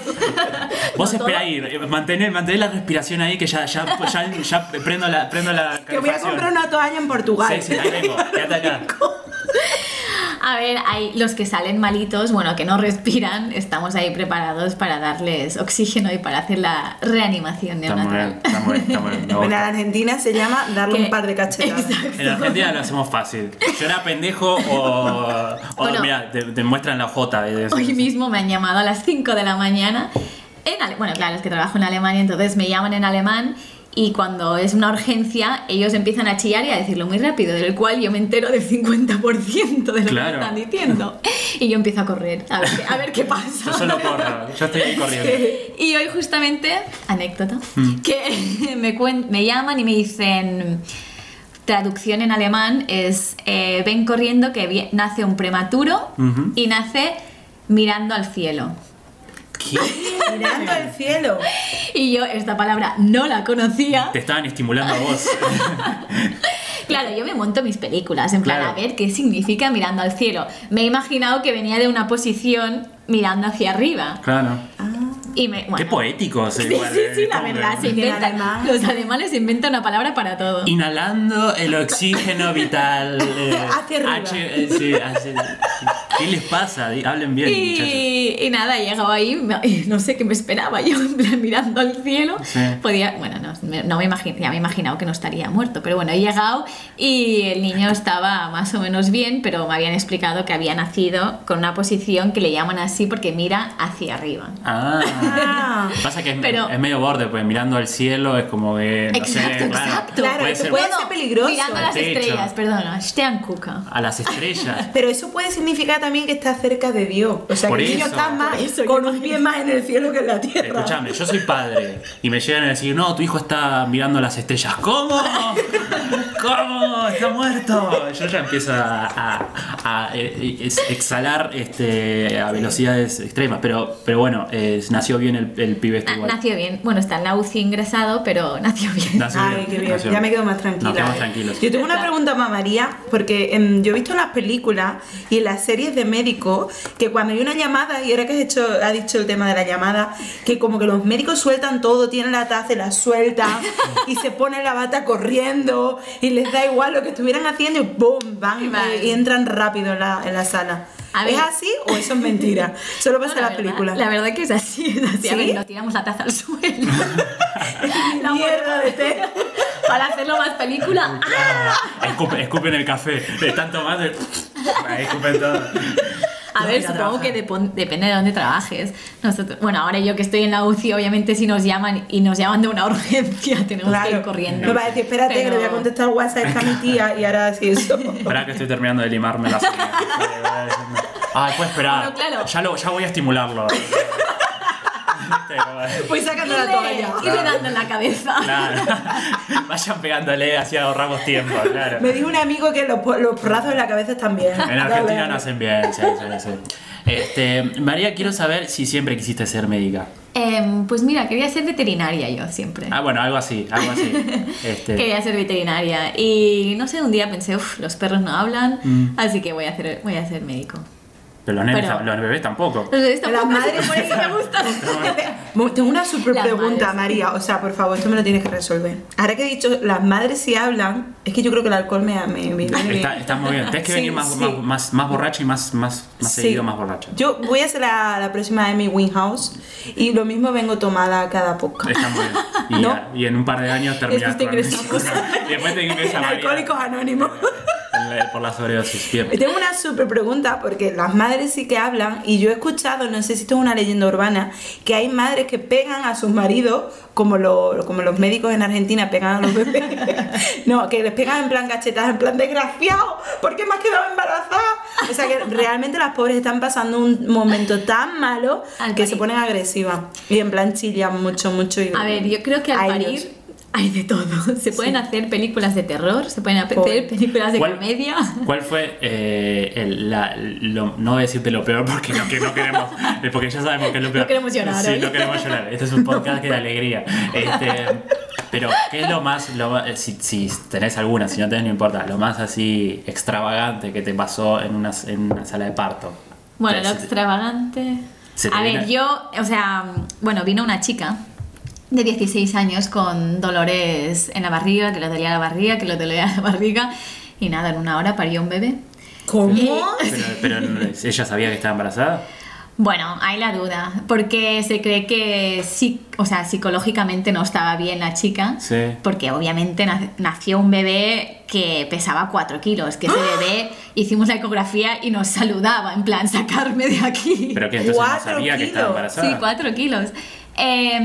Vos
No,
esperá
todo-
ahí, eh, mantener, mantener la respiración ahí que ya, ya, ya, ya prendo la, prendo la
Que voy a
calefacción.
comprar una toalla en Portugal.
Sí, sí, la tengo. Quédate
[LAUGHS]
acá.
A ver, hay los que salen malitos, bueno, que no respiran, estamos ahí preparados para darles oxígeno y para hacer la reanimación
Está muy bien,
neonatal.
está muy bien, está muy
[LAUGHS]
bien. Me
En
gusta.
la Argentina se llama darle
Que-
un par de cachetadas.
Exacto.
En Argentina lo hacemos fácil. Llorar
[LAUGHS]
pendejo o. o
Bueno.
mira, te, te muestran la J. eh, es-
Hoy
es-
mismo me han llamado a las 5 de la mañana. En ale- bueno, claro, es que trabajo en Alemania, entonces me llaman en alemán y cuando es una urgencia ellos empiezan a chillar y a decirlo muy rápido, del cual yo me entero del 50% de
Claro.
lo que me
[LAUGHS]
están diciendo. Y yo empiezo a correr, a ver, qué- a ver qué pasa.
Yo solo corro, yo estoy
[LAUGHS]
ahí corriendo. Mm.
Y hoy justamente, anécdota, que [LAUGHS] me, cuen- me llaman y me dicen, traducción en alemán es, eh, ven corriendo que vi- nace un prematuro
Ujú.
y nace mirando al cielo.
¿Qué?
Mirando al cielo.
Y yo esta palabra no la conocía.
Te estaban estimulando a
[LAUGHS]
vos.
Claro, yo me monto mis películas, en plan,
Claro.
a ver qué significa mirando al cielo. Me he imaginado que venía de una posición mirando hacia arriba.
Claro.
Y me, bueno.
Qué eh, poéticos.
[LAUGHS] Sí, sí, sí, la verdad, se
sí.
inventa-
En alemán.
los alemanes inventan una palabra para todo.
Inhalando el oxígeno
[LAUGHS]
vital. eh,
Hacia arriba.
H- eh, sí, hacia- ¿Qué les pasa? Di- Hablen bien, muchachos.
Y, y nada, llegaba ahí, me- [LAUGHS] no sé qué me esperaba yo, en plan, mirando al cielo.
Sí.
Podía, bueno, no, me- no me imagino, ya me he imaginado que no estaría muerto, pero bueno, he llegado y el niño estaba más o menos bien, pero me habían explicado que había nacido con una posición que le llaman así porque mira hacia arriba.
Ah.
Ah.
Pasa que es,
Pero-
es medio borde, pues mirando al cielo es como que. No sé, claro,
Claro,
puede
tú
ser
puedes- ser peligroso.
Mirando a las
Techo.
estrellas, perdona, Sternkuka.
a las estrellas.
Pero eso puede significar también que está cerca de Dios. O sea,
Por
que el niño
eso.
está más, con un pie más en el cielo que en la
[LAUGHS]
tierra.
Escúchame, yo soy padre y me llegan a decir, no, tu hijo está mirando las estrellas. ¿Cómo? ¿Cómo? Está muerto. Yo ya empiezo a, a- a, eh, es- exhalar este, a velocidades extremas. Pero, pero bueno, eh, nació bien el, el pibe este
Ah,
igual.
nació bien. Bueno, está en la UCI ingresado, pero [LAUGHS] nació bien.
Nació
Ay, qué bien.
nació
Ya me quedo más tranquila. eh.
Nos quedamos tranquilos.
Yo tengo una pregunta para María, porque em, yo he visto en las películas y en las series de médicos que cuando hay una llamada, y ahora que has hecho, ha dicho el tema de la llamada, que como que los médicos sueltan todo, tienen la taza y la
[LAUGHS]
sueltan y se ponen la bata corriendo y les da igual lo que estuvieran haciendo y ¡boom! van
Y van.
y entran rápido en la, en la sala.
A
¿Es
ver.
así o eso es mentira? Solo pasa
No,
en
la
las
verdad-
películas.
La verdad que es así, [LAUGHS] es así. A
¿Sí?
ver, no tiramos la taza al suelo.
[LAUGHS]
La
Mierda de té.
Para hacerlo
[LAUGHS]
más película. ¡Ah!
Escupen, escupen el café. De tanto más de... Ahí escupen todo.
Ah, A ver, supongo que depon- depende de dónde trabajes. Nosotros, bueno, ahora yo que estoy en la UCI, obviamente si nos llaman y nos llaman de una [LAUGHS] urgencia, tenemos que ir corriendo.
Me va a decir, espérate, que le voy a
Pero-
contestar WhatsApp está mi tía y ahora sí
[LAUGHS]
eso.
Esperá que estoy terminando de limarme la silla. Ah, puedes esperar.
Bueno, claro.
ya, lo, ya voy a
[LAUGHS]
estimularlo. Pero,
Voy
Y
sacando la
le,
toalla.
y le dando en la cabeza.
claro. [LAUGHS] Vayan pegándole, así ahorramos tiempo, claro.
Me dijo un amigo que los, po- los porrazos en la cabeza están bien.
En
Dale,
Argentina
dale.
no hacen bien, sí, sí, sí. Este, María, quiero saber si siempre quisiste ser médica.
[LAUGHS] Em, pues mira, quería ser veterinaria yo siempre.
Ah, bueno, algo así, algo
[LAUGHS]
así. Este,
Quería ser veterinaria y no sé, un día pensé, uff, los perros no hablan,
Mm.
así que voy a, hacer, voy a ser médico.
pero los, nenes,
pero-
los bebés tampoco.
Los bebés
Las
tampoco,
madres [LAUGHS]
por eso me
[LAUGHS]
gustan.
Mo- Tengo una super
Las
pregunta,
madres.
María. O sea, por favor, esto me lo tienes que resolver. Ahora que he dicho, las madres si hablan, es que yo creo que el alcohol me, me, me viene bien.
Está, está muy bien. Tienes que
Sí,
venir más,
sí.
más, más, más borracho y más, más, más
Sí.
seguido, más borracho.
Yo voy a hacer la, la próxima Emmy Winhouse y lo mismo vengo tomada cada podcast. [LAUGHS]
Está muy bien. Y,
¿No?
a- y en un par de años terminas con-
Después te
[LAUGHS]
ingresamos.
y después te
[LAUGHS]
ingresa
En
María.
Alcohólicos Anónimos.
En la- Por la sobredosis. Bien.
Tengo una super pregunta porque las madres sí que hablan y yo he escuchado, no sé si esto es una leyenda urbana, que hay madres que pegan a sus maridos como, lo- como los médicos en Argentina pegan a los bebés. [LAUGHS] no, que les pegan en plan cachetadas, en plan desgraciado, ¿por qué me has quedado embarazada? O sea que realmente las pobres están pasando un momento tan malo
Al
que se
parir.
ponen agresivas y en plan chillan mucho, mucho. y-
A ver, yo creo que al
Ay,
parir
Dios.
hay de todo. [LAUGHS] Se pueden hacer películas de terror, se pueden hacer
Pobre.
películas de
¿Cuál-
comedia.
¿Cuál fue eh, el- la- lo- no voy a decirte lo peor porque no, que no queremos, eh, porque ya sabemos que es lo peor.
No queremos llorar ¿eh?
Sí,
hoy.
no queremos llorar. Este es un podcast que da alegría. Este, pero, ¿qué es lo más, lo más- eh, si, si tenés alguna, si no tenés, no importa, lo más así extravagante que te pasó en una, en una sala de parto?
[LAUGHS] Bueno, lo
Entonces,
extravagante.
se te
A ver,
viene-
yo, o sea, bueno, vino una chica de 16 años con dolores en la barriga, que le dolía la barriga, que le dolía la barriga, y nada, en una hora parió un bebé.
¿Cómo?
Eh.
Pero, pero ella sabía que estaba embarazada.
Bueno, hay la duda, porque se cree que sí, o sea, psicológicamente no estaba bien la chica,
Sí.
porque obviamente na- nació un bebé que pesaba 4 kilos, que ese
¡Ah!
bebé hicimos la ecografía y nos saludaba, en plan, sacarme de aquí.
Pero que entonces no
Cuatro
sabía que estaba
kilos.
embarazada.
Sí, 4 kilos. Eh,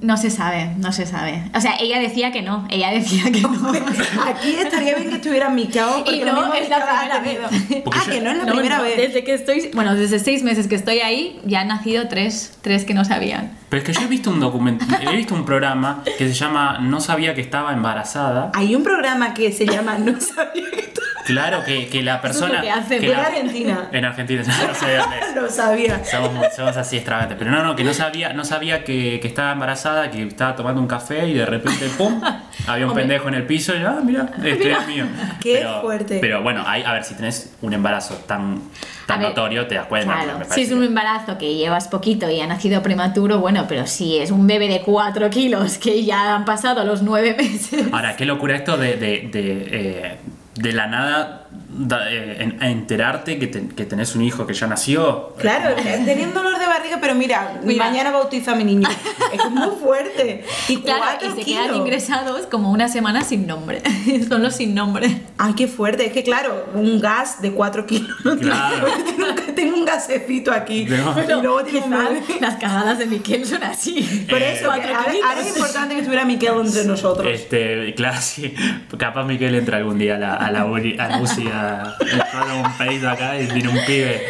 no se sabe, no se sabe. O sea, ella decía que no, ella decía que
[LAUGHS]
no.
Aquí estaría bien que estuviera Mikao porque
[LAUGHS] Y
lo
no
mismo
es la
Mikao ha
primera
tenido.
vez.
Porque
Ah,
yo-
que no es la
No,
primera
no,
vez.
Desde que estoy, bueno, desde seis meses que estoy ahí, ya han nacido tres, tres que no sabían.
Pero es que yo he visto un documento, he visto un programa que se llama No sabía que estaba embarazada.
Hay un programa que se llama No sabía que estaba-
Claro que, que la
es lo
persona.
que hace,
que
En
la-
Argentina.
en Argentina, [LAUGHS] no sé dónde es.
No sabía.
Somos, muy- somos así extravagantes. Pero no, no, que no sabía, no sabía que, que estaba embarazada, que estaba tomando un café y de repente, ¡pum! Había un
Hombre.
pendejo en el piso y ah, mira, este es mío.
Qué fuerte.
Pero bueno, hay- a ver, si tenés un embarazo tan,
A
tan
ver,
notorio, te das cuenta.
Claro,
me parece
si es un
que-
embarazo que llevas poquito y ha nacido prematuro, bueno, pero si es un bebé de 4 kilos que ya han pasado los 9 meses.
Ahora, qué locura esto de, de, de, eh, de la nada da- eh, en- enterarte que, te- que tenés un hijo que ya nació.
Claro, tenía un dolor de barriga, pero mira,
Mira.
mañana bautizo a mi niño. Es muy fuerte. Y
Claro,
cuatro
y se
kilos.
quedan ingresados como una semana sin nombre. [LAUGHS] Son los sin nombre.
Ay, qué fuerte. Es que claro, un gas de 4 kilos.
Claro.
Tengo- tengo un gasecito aquí.
No.
Y luego tengo un
Quizá
bebé.
las cagadas de Miquel son así.
Por eso,
Cuatro
que ahora,
kilitos.
ahora es importante que estuviera Miquel entre nosotros.
Este, claro, sí. Capaz Miquel entra algún día a la, a la, uni- a la UCI a, a un país acá y viene un pibe.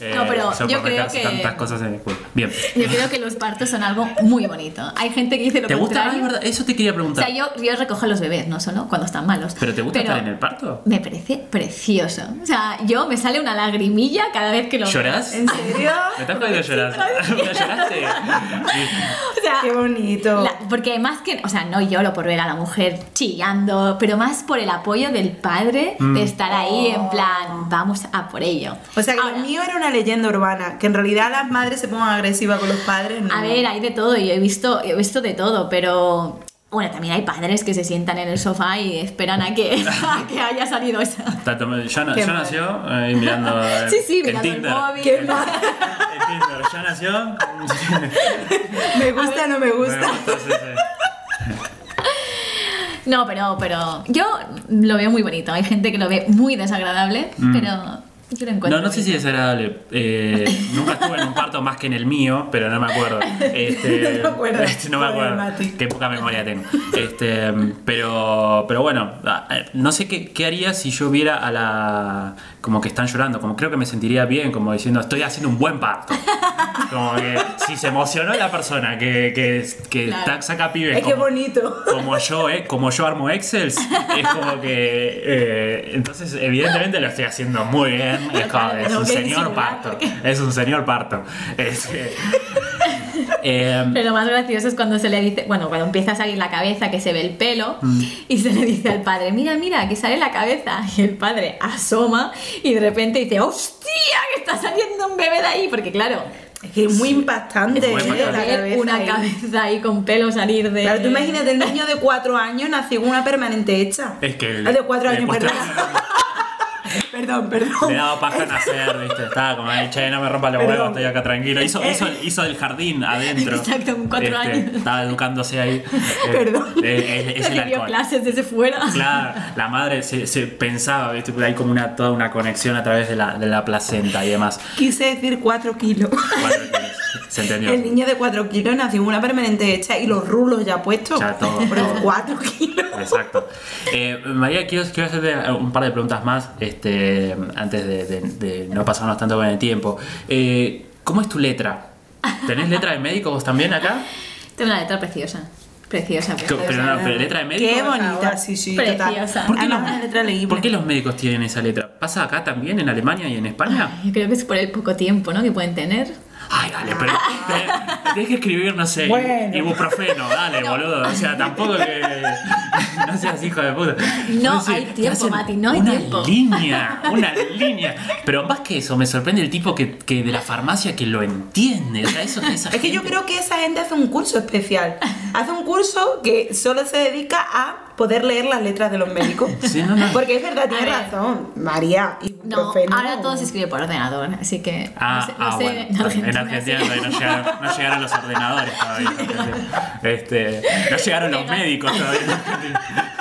eh,
No, pero yo
soportarse
creo que-
tantas cosas en el cuerpo. Bien.
Yo creo que los partos son algo muy bonito. Hay gente que dice lo
¿Te gusta? Ah,
contrario.
es verdad, eso te quería
O
preguntar.
sea, yo, yo recojo a los bebés, no solo cuando están malos.
¿Pero te gusta estar en el parto?
Me parece precioso. O sea, yo me sale una lagrimilla cada vez que lo veo.
¿Llorás?
¿En serio?
¿Me estás jodiendo llorar? ¿Me
[LAUGHS]
lloraste?
O sea,
Qué bonito.
la- porque además que, o sea, no lloro por ver a la mujer chillando, pero más por el apoyo del padre
Mm.
de estar ahí en plan, vamos a por ello.
O sea, que
Ahora,
lo mío era una leyenda urbana, que en realidad las madres se pongan agresivas con los padres. no.
A ver, hay de todo, yo he visto, he visto de todo, pero bueno, también hay padres que se sientan en el sofá y esperan
[LAUGHS]
a que, a que haya salido esa.
Está tomando- ya na-
Qué
ya
mal.
nació eh, mirando, eh,
[LAUGHS] Sí, sí,
en
mirando el
Tinder.
móvil.
Qué mal.
En Tinder, ya nació.
Me gusta, no me
Me
gusta.
gusta, sí, sí.
[LAUGHS] No, pero, pero yo lo veo muy bonito. Hay gente que lo ve muy desagradable, pero yo lo encuentro.
Mm. No, no sé si
bonito.
es agradable. Eh, nunca estuve en un parto más que en el mío, pero no me acuerdo. Este,
No me acuerdo.
[LAUGHS] este, no me
Joder,
acuerdo.
Mati.
Qué poca memoria tengo. Este, pero, pero bueno, ah, eh, no sé qué, qué haría si yo viera a la. como que están llorando. Como creo que me sentiría bien, como diciendo, estoy haciendo un buen parto. Como que si se emocionó la persona que, que, que
Claro.
ta- saca pibes.
Ay, qué
como-
bonito.
como yo, eh, como yo armo Excel, es como que. eh, entonces, evidentemente lo estoy haciendo muy bien. Es, como, es
Tengo
un
que
señor
disimular,
parto.
porque-
Es un señor parto. Es, eh, [LAUGHS] em,
Pero lo más gracioso es cuando se le dice, bueno, cuando empieza a salir la cabeza, que se ve el pelo,
Mm.
y se le dice al padre, mira, mira, que sale la cabeza. Y el padre asoma y de repente dice, hostia, que está saliendo un bebé de ahí, porque claro,
Es que es muy impactante.
Es muy
¿eh?
impactante.
La cabeza
una
ahí.
cabeza ahí con pelo salir de...
Claro, tú imagínate, el niño de cuatro años nació con una permanente hecha.
es que. el-
Ah, de cuatro
de
años,
cuatro
perdón. [LAUGHS] perdón, perdón.
Le daba paja nacer, ¿viste? Estaba como, "Ay, che, no me rompa los
Perdón.
huevos, estoy acá tranquilo. Hizo, hizo, hizo el jardín adentro.
eh,
Este,
Exacto, con cuatro años.
Estaba educándose
[LAUGHS]
ahí. Eh,
Perdón.
eh, [LAUGHS] es- es el
Recibió
alcohol.
clases desde fuera.
Claro, la madre se, se pensaba, ¿viste? Porque hay como una, toda una conexión a través de la, de la placenta y demás.
Quise decir cuatro kilos.
Cuatro kilos. Se entendió.
El niño de 4 kilos nació con una permanente hecha y los rulos ya puestos.
Ya todo,
Pero
todo.
4 kilos.
Exacto. Eh, María, quiero, quiero hacerte un par de preguntas más este, antes de, de- de no pasarnos tanto con el tiempo. Eh, ¿Cómo es tu letra? ¿Tenés letra de médico vos también acá?
[LAUGHS] Tengo una letra preciosa. Preciosa,
Co-
preciosa.
Pero, no, pero letra de médico.
Qué
por
bonita,
favor.
sí, sí. Total.
Preciosa. ¿Por
qué
Además,
no?
una letra legible.
¿Por qué los médicos tienen esa letra? ¿Pasa acá también, en Alemania y en España?
Yo creo que es por el poco tiempo, ¿no? Que pueden tener.
Ay, dale, pero te- tenés que escribir, no sé,
Bueno.
ibuprofeno, dale, boludo. O sea, tampoco que. [LAUGHS] No seas hijo de puta.
No
sé,
hay
te
tiempo,
hacen
Mati, no hay
una
tiempo.
línea, una línea. Pero más que eso, me sorprende el tipo que, que de la farmacia que lo entiende. O sea, eso, esa
Es que yo
gente-
creo que esa gente hace un curso especial. Hace un curso que solo se dedica a poder leer las letras de los médicos.
[LAUGHS] Sí, no, no.
Porque es verdad, tiene
A ver.
razón. María, y
No, ahora todo se escribe por ordenador, así que.
Ah,
no sé, [LAUGHS] no
ah,
sé,
bueno.
en Argentina,
en Argentina
sí.
todavía no llegaron, no llegaron los ordenadores todavía. en Argentina. Este, no llegaron los médicos todavía. en Argentina.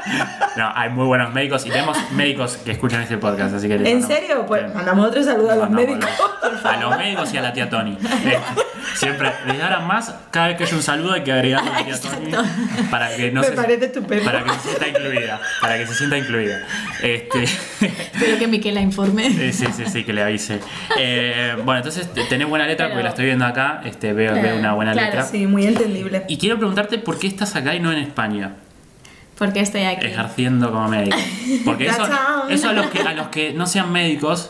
No, hay muy buenos médicos y tenemos médicos que escuchan este podcast, así que... les
¿En
mandamos-
serio? Pues
Sí.
mandamos otro saludo a los
Mandamos
médicos.
A los médicos y a la tía Tony. Este, Siempre, desde ahora en más, cada vez que haya un saludo hay que agregarle a tía Tony
Exacto.
para que no
Me
se,
parece estupendo.
Para que se sienta incluida. Para que se sienta incluida. Este, [LAUGHS]
Espero que Miquela informe.
eh, sí, sí, sí, que le avise. Eh, bueno, entonces te- tenés buena letra
Pero-
porque la estoy viendo acá. Este, veo, veo una buena
Claro,
letra.
Sí, muy entendible.
Y quiero preguntarte por qué estás acá y no en España,
Porque estoy aquí.
ejerciendo como médico. Porque eso,
Tachán.
eso a, los que, a los que no sean médicos,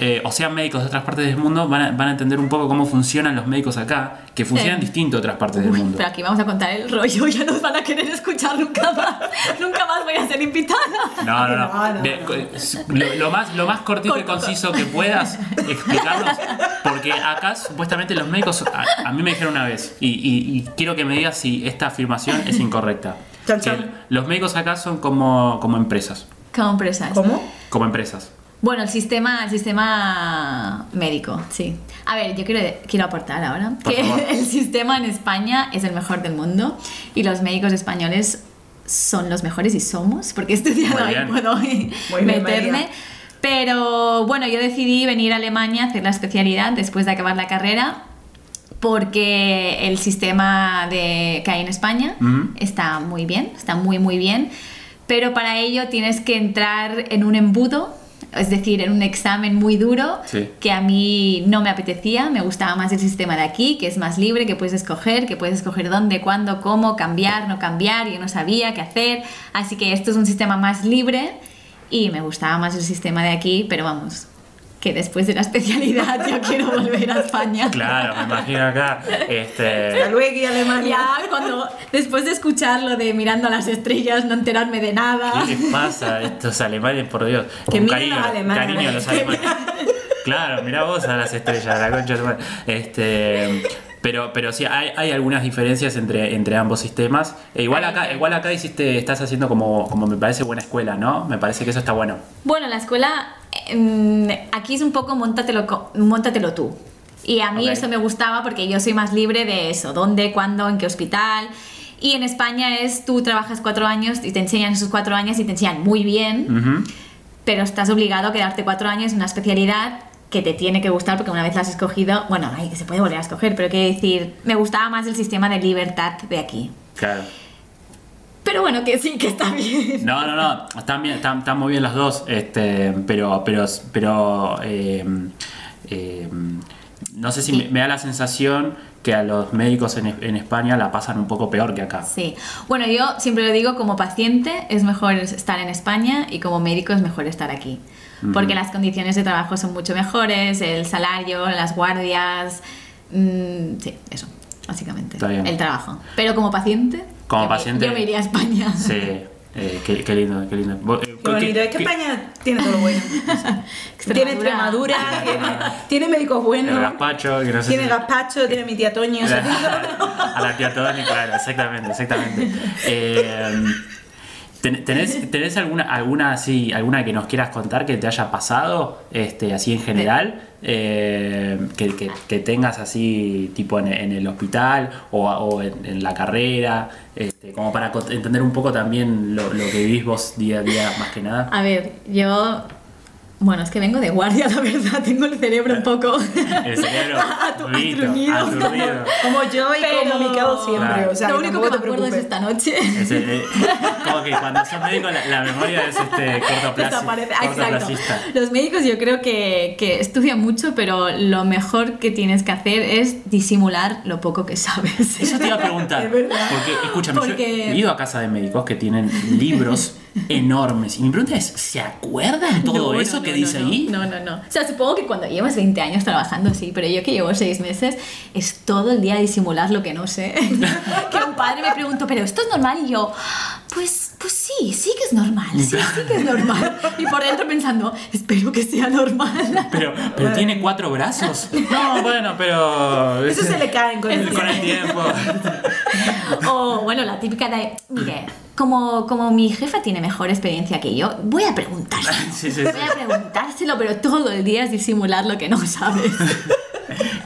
eh, o sean médicos de otras partes del mundo, van a, van a entender un poco cómo funcionan los médicos acá, que funcionan
Sí.
distinto a otras partes del
Uy,
mundo.
pero aquí vamos a contar el rollo, ya nos van a querer escuchar nunca más. nunca más voy a ser invitada.
No,
No,
no, no.
no,
Ve-
no.
co- es- Lo, lo más, lo más cortito y
Corto,
conciso que puedas explicarnos, porque acá supuestamente los médicos, a, a mí me dijeron una vez, y, y- y quiero que me digas si esta afirmación es incorrecta.
Chan,
Que
chan.
los médicos acá son como, como empresas,
Como empresas.
¿Cómo?
como empresas.
Bueno, el sistema, el sistema médico, sí. A ver, yo quiero, quiero aportar ahora
Por
que
favor.
[LAUGHS] el sistema en España es el mejor del mundo y los médicos españoles son los mejores y somos, porque he estudiado
Muy
ahí,
bien.
puedo
bien,
meterme.
María.
Pero bueno, yo decidí venir a Alemania a hacer la especialidad después de acabar la carrera porque el sistema de, que hay en España
Ujú.
está muy bien, está muy muy bien, pero para ello tienes que entrar en un embudo, es decir, en un examen muy duro
Sí.
que a mí no me apetecía, me gustaba más el sistema de aquí, que es más libre, que puedes escoger, que puedes escoger dónde, cuándo, cómo, cambiar, no cambiar, yo no sabía qué hacer, así que esto es un sistema más libre y me gustaba más el sistema de aquí, pero vamos, que después de la especialidad yo quiero volver a España.
Claro, me imagino acá.
Hasta
Este,
luego y Alemania.
[LAUGHS] Ya, cuando después de escucharlo de mirando a las estrellas, no enterarme
[LAUGHS]
de nada.
¿Qué les pasa a estos alemanes, por Dios?
Que
Con
miren
cariño,
los alemanes.
cariño a los alemanes. Claro, mirá vos a las estrellas, la concha de tu madre. Este. Pero, pero sí, hay, hay algunas diferencias entre, entre ambos sistemas. E igual acá, igual acá hiciste, estás haciendo como, como me parece buena escuela, ¿no? Me parece que eso está bueno.
Bueno, la escuela em, aquí es un poco móntatelo, co- móntatelo tú. Y a mí
Ok.
eso me gustaba porque yo soy más libre de eso, dónde, cuándo, en qué hospital. Y en España es tú trabajas cuatro años y te enseñan esos cuatro años y te enseñan muy bien.
Ujú.
pero estás obligado a quedarte cuatro años en una especialidad que te tiene que gustar porque una vez la has escogido, bueno, ay, que se puede volver a escoger, pero quiero decir, me gustaba más el sistema de libertad de aquí.
Claro.
Pero bueno, que sí, que está bien.
No, no, no, están, bien, están, están muy bien las dos, este, pero, pero, pero eh, eh, no sé si me, me da la sensación que a los médicos en, en España la pasan un poco peor que acá.
Sí. Bueno, yo siempre lo digo, como paciente es mejor estar en España y como médico es mejor estar aquí. Porque las condiciones de trabajo son mucho mejores, el salario, las guardias, mm, sí, eso, básicamente.
Está bien.
El trabajo. Pero como paciente...
Como
yo me-
paciente-
Yo me iría a España. [LAUGHS]
Sí, eh, qué, qué lindo, qué lindo. Vos, eh,
Qué bonito. Es que España tiene todo lo bueno. Tiene Extremadura,
[LAUGHS]
tiene, tiene médicos
El
buenos,
gazpacho, que no sé
tiene
si-
gazpacho, tiene mi tía Toño. o sea, tiene todo lo bueno.
a la tía Tony, claro, exactamente, exactamente. Eh, ten- ¿Tenés, tenés alguna, alguna así, alguna que nos quieras contar que te haya pasado, este, así en general? Eh, que, que- que tengas así, tipo en, en el hospital o, o en, en la carrera, este, como para co- entender un poco también lo, lo que vivís vos día a día, más que nada.
A ver, yo. Bueno, es que vengo de guardia, [LAUGHS] la verdad. Tengo el cerebro un poco.
El
[LAUGHS]
cerebro
atu-
aturdito,
atruñido.
aturdido.
Como yo y
Pero-
como Mikado siempre.
Claro.
O sea,
lo único que me
tampoco te
acuerdo es
preocupes.
esta
[LAUGHS]
noche.
Es, eh, como que cuando sos médico la, la memoria es este cortoplaci-
[LAUGHS] Desaparece. Ah, Exacto.
cortoplacista.
Los médicos yo creo que, que estudian mucho, pero lo mejor que tienes que hacer es disimular lo poco que sabes.
Eso te iba a preguntar.
Es verdad.
Porque, escúchame,
Porque-
yo he ido a casa de médicos que tienen libros enormes. Y mi pregunta es, ¿se acuerdan todo
No,
eso
no,
que
no,
dice
no,
ahí?
No, no, no. O sea, supongo que cuando llevas 20 años trabajando, sí, pero yo que llevo 6 meses, es todo el día disimular lo que no sé. [LAUGHS] que un padre me preguntó, ¿pero esto es normal? Y yo, pues, pues sí, sí que es normal, sí, sí que es normal. Y por dentro pensando, espero que sea normal.
Pero, pero tiene cuatro brazos. No, bueno, pero...
Eso se le caen con el
Con el
tiempo.
tiempo.
[LAUGHS]
[LAUGHS]
O bueno, la típica de, mire, como, como mi jefa tiene mejor experiencia que yo, voy a preguntárselo.
Sí, sí, sí.
Voy a preguntárselo, pero todo el día es disimular lo que no sabes.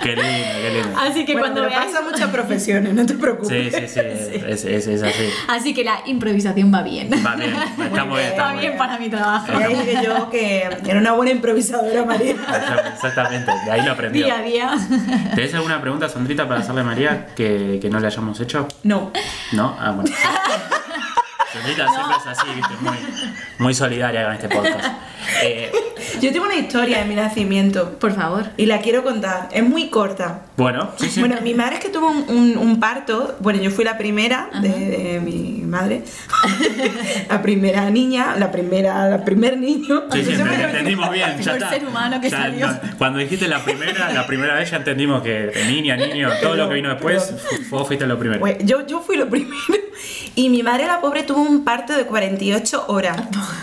Qué lindo, qué lindo.
Así que
Bueno,
cuando
pero
veáis...
pasa muchas profesiones, no te
Sí,
preocupes.
sí, sí, es, es- es así.
Así que la improvisación va bien.
Va bien,
[LAUGHS]
está muy bien.
Va
Está muy
bien
bien.
para mi trabajo.
Ya dije yo que era una buena improvisadora, María.
Exactamente, de ahí lo aprendió.
Día a día. [LAUGHS]
¿Tenés alguna pregunta, Sandrita, para hacerle a María que, que no le hayamos hecho?
No.
¿No? Ah, bueno. Sandrita siempre es así, viste, muy, muy solidaria con este podcast. Eh,
Yo tengo una historia de mi nacimiento
Por favor.
y la quiero contar. Es muy corta.
bueno, sí, sí.
Bueno, mi madre es que tuvo un, un- un parto. Bueno, yo fui la primera de, de mi madre. [LAUGHS] la primera niña, la primera, la primer niño.
Sí, sí,
Eso me
te
lo-
entendimos bien, ya
Por
está.
ser humano que
Ya,
salió.
no, cuando dijiste la primera, la primera vez ya entendimos que niña, niño, todo lo que vino después, fu- vos fuiste lo primero.
Pues, yo, yo fui lo [LAUGHS] primero. Y mi madre, la pobre, tuvo un parto de 48 horas.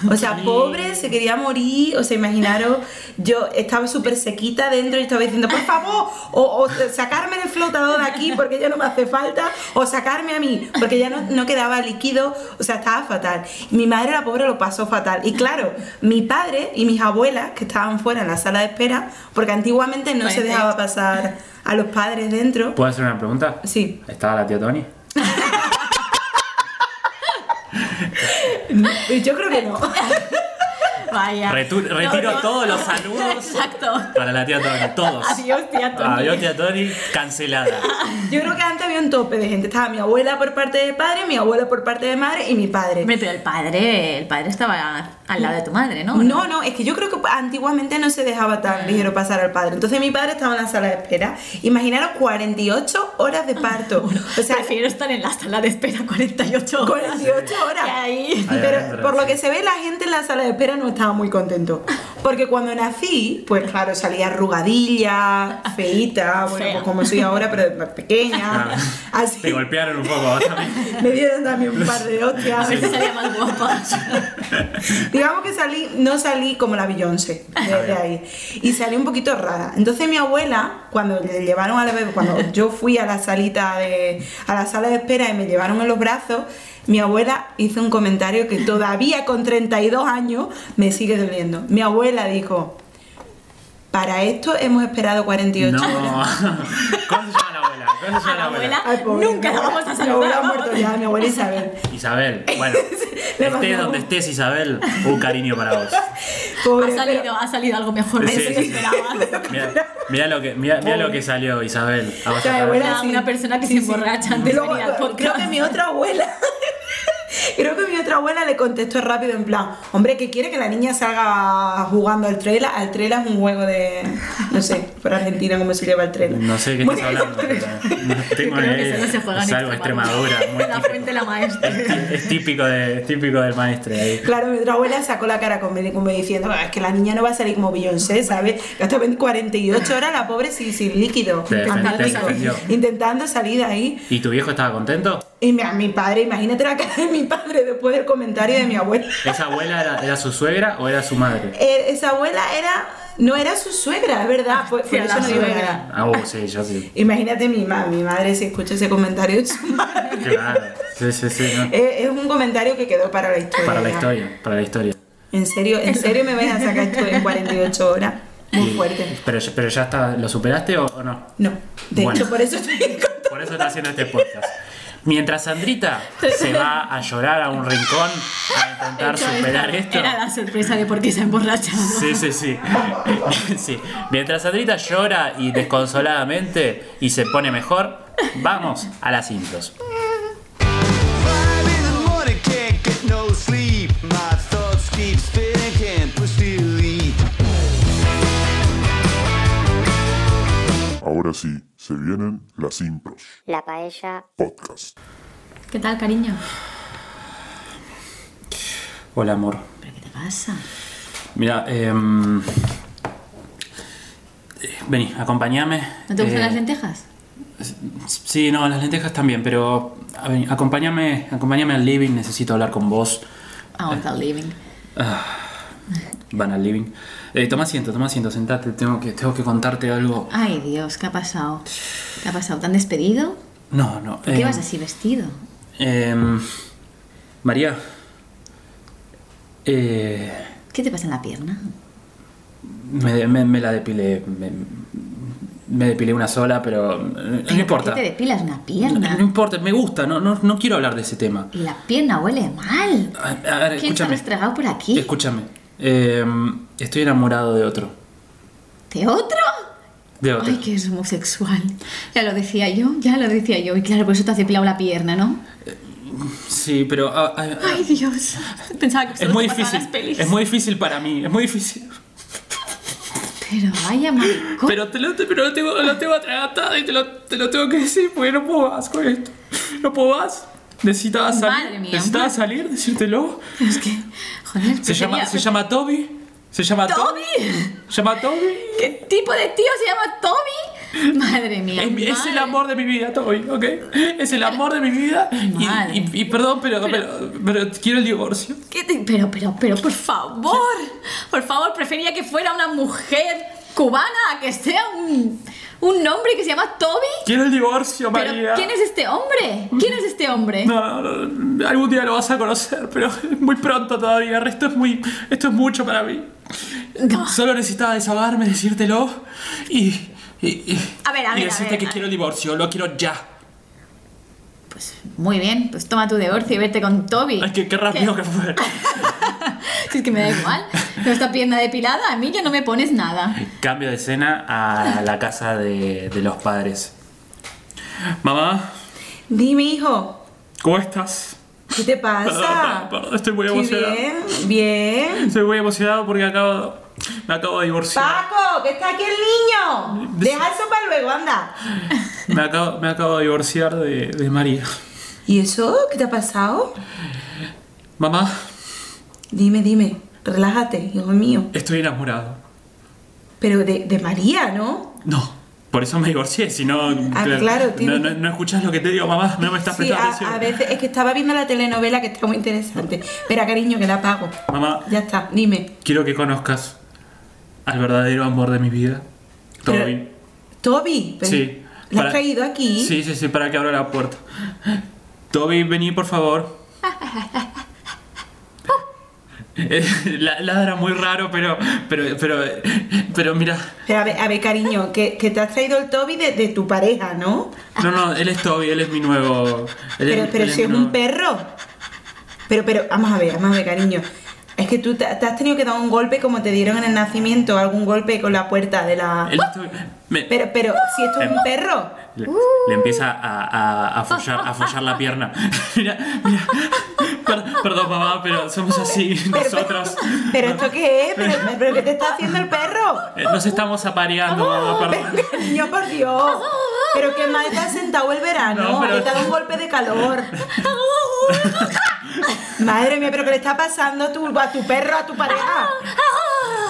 O sea, pobre, se quería morir. O sea, imaginaros, yo estaba súper sequita dentro y estaba diciendo, por favor, o, o sacarme del flotador de aquí porque ya no me hace falta, o sacarme a mí, porque ya no, no quedaba líquido. O sea, estaba fatal. Y mi madre, la pobre, lo pasó fatal. Y claro, mi padre y mis abuelas, que estaban fuera en la sala de espera, porque antiguamente no se
Perfecto.
dejaba pasar a los padres dentro.
¿Puedo hacer una pregunta?
Sí.
¿Estaba la tía Tony?
Yo creo que
[LAUGHS]
no.
Vaya.
Retu- retiro todos los saludos.
Exacto.
Para la tía Tony, todos.
Adiós, tía Tony.
Adiós, tía Tony, cancelada.
Yo creo que antes había un tope de gente. Estaba mi abuela por parte de padre, mi abuela por parte de madre y mi padre.
Hombre, Pero el padre, el padre estaba al lado de tu madre, ¿no? Ah.
No, no, es que yo creo que antiguamente no se dejaba tan ligero pasar al padre. Entonces mi padre estaba en la sala de espera. Imaginaros 48 horas de
[LAUGHS]
parto. O sea,
Prefiero estar en la sala de espera 48 horas.
48 horas.
Que ahí.
Ahí
Pero
adentro,
por lo
sí.
que se ve, la gente en la sala de espera no estaba muy contento. Porque cuando nací, pues claro, salía arrugadilla, feíta, bueno,
Fea.
pues como soy ahora, pero más pequeña.
Ah,
Así.
Te golpearon un poco vos también.
Me dieron también un par de hostias.
A ver si salía más
[LAUGHS]
guapa.
Digamos que salí, no salí como la Beyoncé de, de ahí. Y salí un poquito rara. Entonces mi abuela, cuando le llevaron a la bebé, cuando yo fui a la salita de. a la sala de espera y me llevaron en los brazos, mi abuela hizo un comentario que todavía con 32 años me sigue doliendo. Mi abuela dijo. Para esto hemos esperado 48
No.
[LAUGHS]
horas.
¿Cómo se llama la abuela? ¿Cómo se llama
A
la
la
abuela?
abuela. Nunca la
mi abuela-
vamos a
Mi abuela ha
saludar,
muerto ya, mi abuela Isabel.
Isabel,
[LAUGHS]
bueno.
Le
Estés
mandamos-
donde estés, Isabel, un cariño para vos.
Pobre,
Ha
pero-
salido, ha salido algo mejor
Sí,
de lo que
sí, sí.
esperaba.
[LAUGHS]
Mira, mira lo, que, mira, mira lo que salió, Isabel. A vos
O sea,
otra vez.
abuela,
Era
sí.
una persona que se emborracha antes
Y
de
luego,
venir al podcast.
creo que
[LAUGHS]
mi otra abuela. [LAUGHS] Creo que mi otra abuela le contestó rápido en plan, hombre, que quiere que la niña salga jugando al trela. Al trela es un juego de, no sé, por Argentina cómo se lleva el trela.
No sé de qué
Bueno,
estás
[LAUGHS]
hablando. pero no tengo
Creo
ni
que
idea.
solo se juega en
Es algo de
[LAUGHS]
Extremadura. muy
la
típico.
fuente la maestra.
Es
[LAUGHS]
tí- Es típico, de, es típico del maestre ahí.
[LAUGHS] Claro, mi otra abuela sacó la cara conmigo como diciendo, "Ah, es que la niña no va a salir como Beyoncé, ¿sabes? Gastó 48 horas la pobre sin, sin líquido.
Te defend-
Intentando
te
salir-
defendió.
intentando salir de ahí.
¿Y tu viejo estaba contento?
Y mi, a mi padre, imagínate la cara de mi padre después del comentario de mi abuela.
¿Esa abuela era, era su suegra o era su madre?
Eh, esa abuela era, no era su suegra, es verdad, por, por
Sí,
eso
Ah, la
no digo
suegra.
nada.
Ah, oh, sí, yo sí.
Imagínate mi mamá, mi madre si escucha ese
[LAUGHS]
comentario de su madre.
Claro. Sí, sí, sí. no.
Eh, Es, un comentario que quedó para la historia.
Para la
ya.
historia, para la historia.
En serio, en serio me vais a sacar esto en 48 horas. Muy
Y-
fuerte.
Pero, pero ya está, ¿lo superaste o, o no?
No, de
Bueno.
hecho por eso estoy en contra.
Por eso está haciendo este podcast. Mientras Sandrita se va a llorar a un rincón a intentar
Esto-
superar
esto
esto.
Era la sorpresa de por qué se ha emborrachado.
Sí, sí, sí. [LAUGHS] sí. Mientras Sandrita llora y desconsoladamente y se pone mejor, vamos a las intros.
Five in the morning, can't get no sleep. My thoughts keep spinning, can't push the lead.
Ahora sí, se vienen las impros.
La paella
Podcast.
¿Qué tal, cariño?
Hola, amor.
¿Pero qué te pasa?
Mira, em, eh, vení, acompáñame.
¿No te gustan
Eh,
las lentejas?
Sí, no, las lentejas también, pero a ver, acompáñame, acompáñame al living, necesito hablar con vos.
Ah, está living.
Van al living. Eh, toma asiento, toma asiento, sentate, tengo que, tengo que contarte algo.
Ay, Dios, ¿qué ha pasado? ¿Qué ha pasado? ¿Te han despedido?
No, no.
¿Por qué
eh,
vas así vestido?
em, María. eh,
¿Qué te pasa en la pierna?
me, me- me la depilé. me- me depilé una sola, pero eh, no importa.
¿Por qué te depilas una
No,
pierna?
no importa, me gusta, no, no, no quiero hablar de ese tema.
Y la pierna huele mal.
A, a ver,
¿Quién se ha
escúchame.
estragado por aquí?
Escúchame. Eh, estoy enamorado de otro.
¿De otro?
De otro.
Ay, que es homosexual. Ya lo decía yo, ya lo decía yo. Y claro, por eso te has depilado la pierna, ¿no?
Sí, pero. ah, ah, ah,
Ay, Dios. Pensaba que
es
solo
muy
te pasaban
difícil.
las pelis.
Es muy difícil para mí. Es muy difícil.
Pero vaya maricón.
Pero te lo, te- pero lo tengo, lo tengo atragantado y te lo, te lo tengo que decir porque no puedo más con esto. No puedo más. Necesitaba
Madre
salir.
mía.
Necesitaba salir, decírtelo.
Es que, joder,
Se llama,
prefería-
se llama Toby. Se llama Toby.
¡Toby!
Se llama Toby.
¿Qué tipo de tío se llama Toby? Madre mía.
Es, mi- es el
madre.
amor de mi vida, Toby, ¿ok? Es el amor de mi vida. Y,
Madre.
y- y perdón, pero, pero, pero quiero el divorcio.
¿Qué te- Pero, pero, pero, por favor. Por favor, prefería que fuera una mujer cubana a que sea un, un hombre que se llama Toby.
Quiero el divorcio, María.
Pero, ¿quién es este hombre? ¿Quién es este hombre?
No, no, no, algún día lo vas a conocer, pero es muy pronto todavía. Esto es, muy, esto es mucho para mí.
No.
Solo necesitaba desahogarme, decírtelo y. y- y-
A ver, a
y
ver, a
decirte
ver,
que
a
quiero el divorcio, lo quiero ya.
Muy bien, pues toma tu divorcio y vete con Toby.
Ay, qué, qué rápido
¿Qué?
que fue.
Si es que me da igual. Pero esta pierna depilada, a mí ya no me pones nada.
Cambio de escena a la casa de, de los padres. Mamá,
Dime, hijo,
¿cómo estás?
¿qué te pasa?
Perdón, perdón, estoy muy
Qué
emocionado.
bien, bien.
Estoy muy emocionado porque acabo, me acabo de divorciar.
Paco, que está aquí el niño. Deja eso para luego, anda.
Me acabo, me acabo de divorciar de, de María.
¿Y eso? ¿Qué te ha pasado?
Mamá,
Dime, dime. Relájate, hijo mío.
estoy enamorado.
Pero de, de María, ¿no?
No, por eso me divorcié, si no...
Ah,
te-
claro,
no,
tiene-
no, no escuchas lo que te digo, mamá, no me estás
Sí,
prestando
a,
atención.
a veces es que estaba viendo la telenovela que está muy interesante. Espera, cariño, que la apago.
Mamá,
Ya está, dime.
quiero que conozcas al verdadero amor de mi vida,
Pero-
Toby.
Toby, pero-
Sí.
¿la
para-
has traído aquí?
Sí, sí, sí, para que abra la puerta. Toby, vení, por favor. [LAUGHS] Eh, la- Ladra muy raro, pero, pero, pero, pero mira,
Pero a ver, a ver, cariño, que, que te has traído el Toby de, de tu pareja, ¿no?
no, no, él es Toby, él es mi nuevo. él
Pero,
es-
pero
él es
si
mi
es
nuevo-
un perro. Pero, pero, vamos a ver, vamos a ver, cariño. Es que tú te, te has tenido que dar un golpe como te dieron en el nacimiento, algún golpe con la puerta de la...
él es Toby. Me-
Pero, pero, si esto es
Em.
un perro.
le, le empieza a, a, a follar, a follar la pierna. [LAUGHS] mira, mira. Per- perdón, mamá, pero somos así
[LAUGHS] Pero,
nosotros.
¿Pero esto qué es?
[LAUGHS]
¿Pero, pero qué te está haciendo el perro?
Eh, Nos estamos apareando,
Ah,
mamá, perdón.
Niño, por Dios. Pero qué mal te has sentado el verano.
No, pero-
Te ha dado un golpe de calor. Madre mía, pero ¿qué le está pasando a tu, a tu perro, a tu pareja?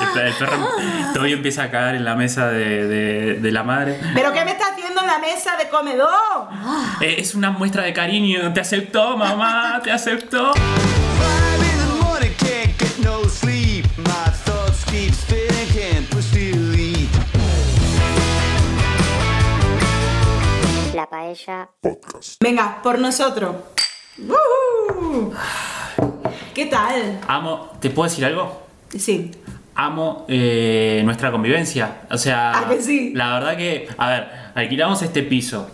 El, pe- el perro
Ah.
Toby empieza a cagar en la mesa de, de- de la madre.
¿Pero qué me está haciendo en la mesa de comedor?
Eh, es una muestra de cariño. Te aceptó, mamá, te aceptó.
Five in the morning, can't get no sleep. My thoughts keep spinning, can't push delete.
La paella.
Podcast.
Venga, por nosotros. ¡Wujú! ¿Qué tal?
Amo, ¿te puedo decir algo?
Sí.
Amo eh, nuestra convivencia. O sea,
¿A Ah, que sí?
la verdad que, a ver, alquilamos este piso.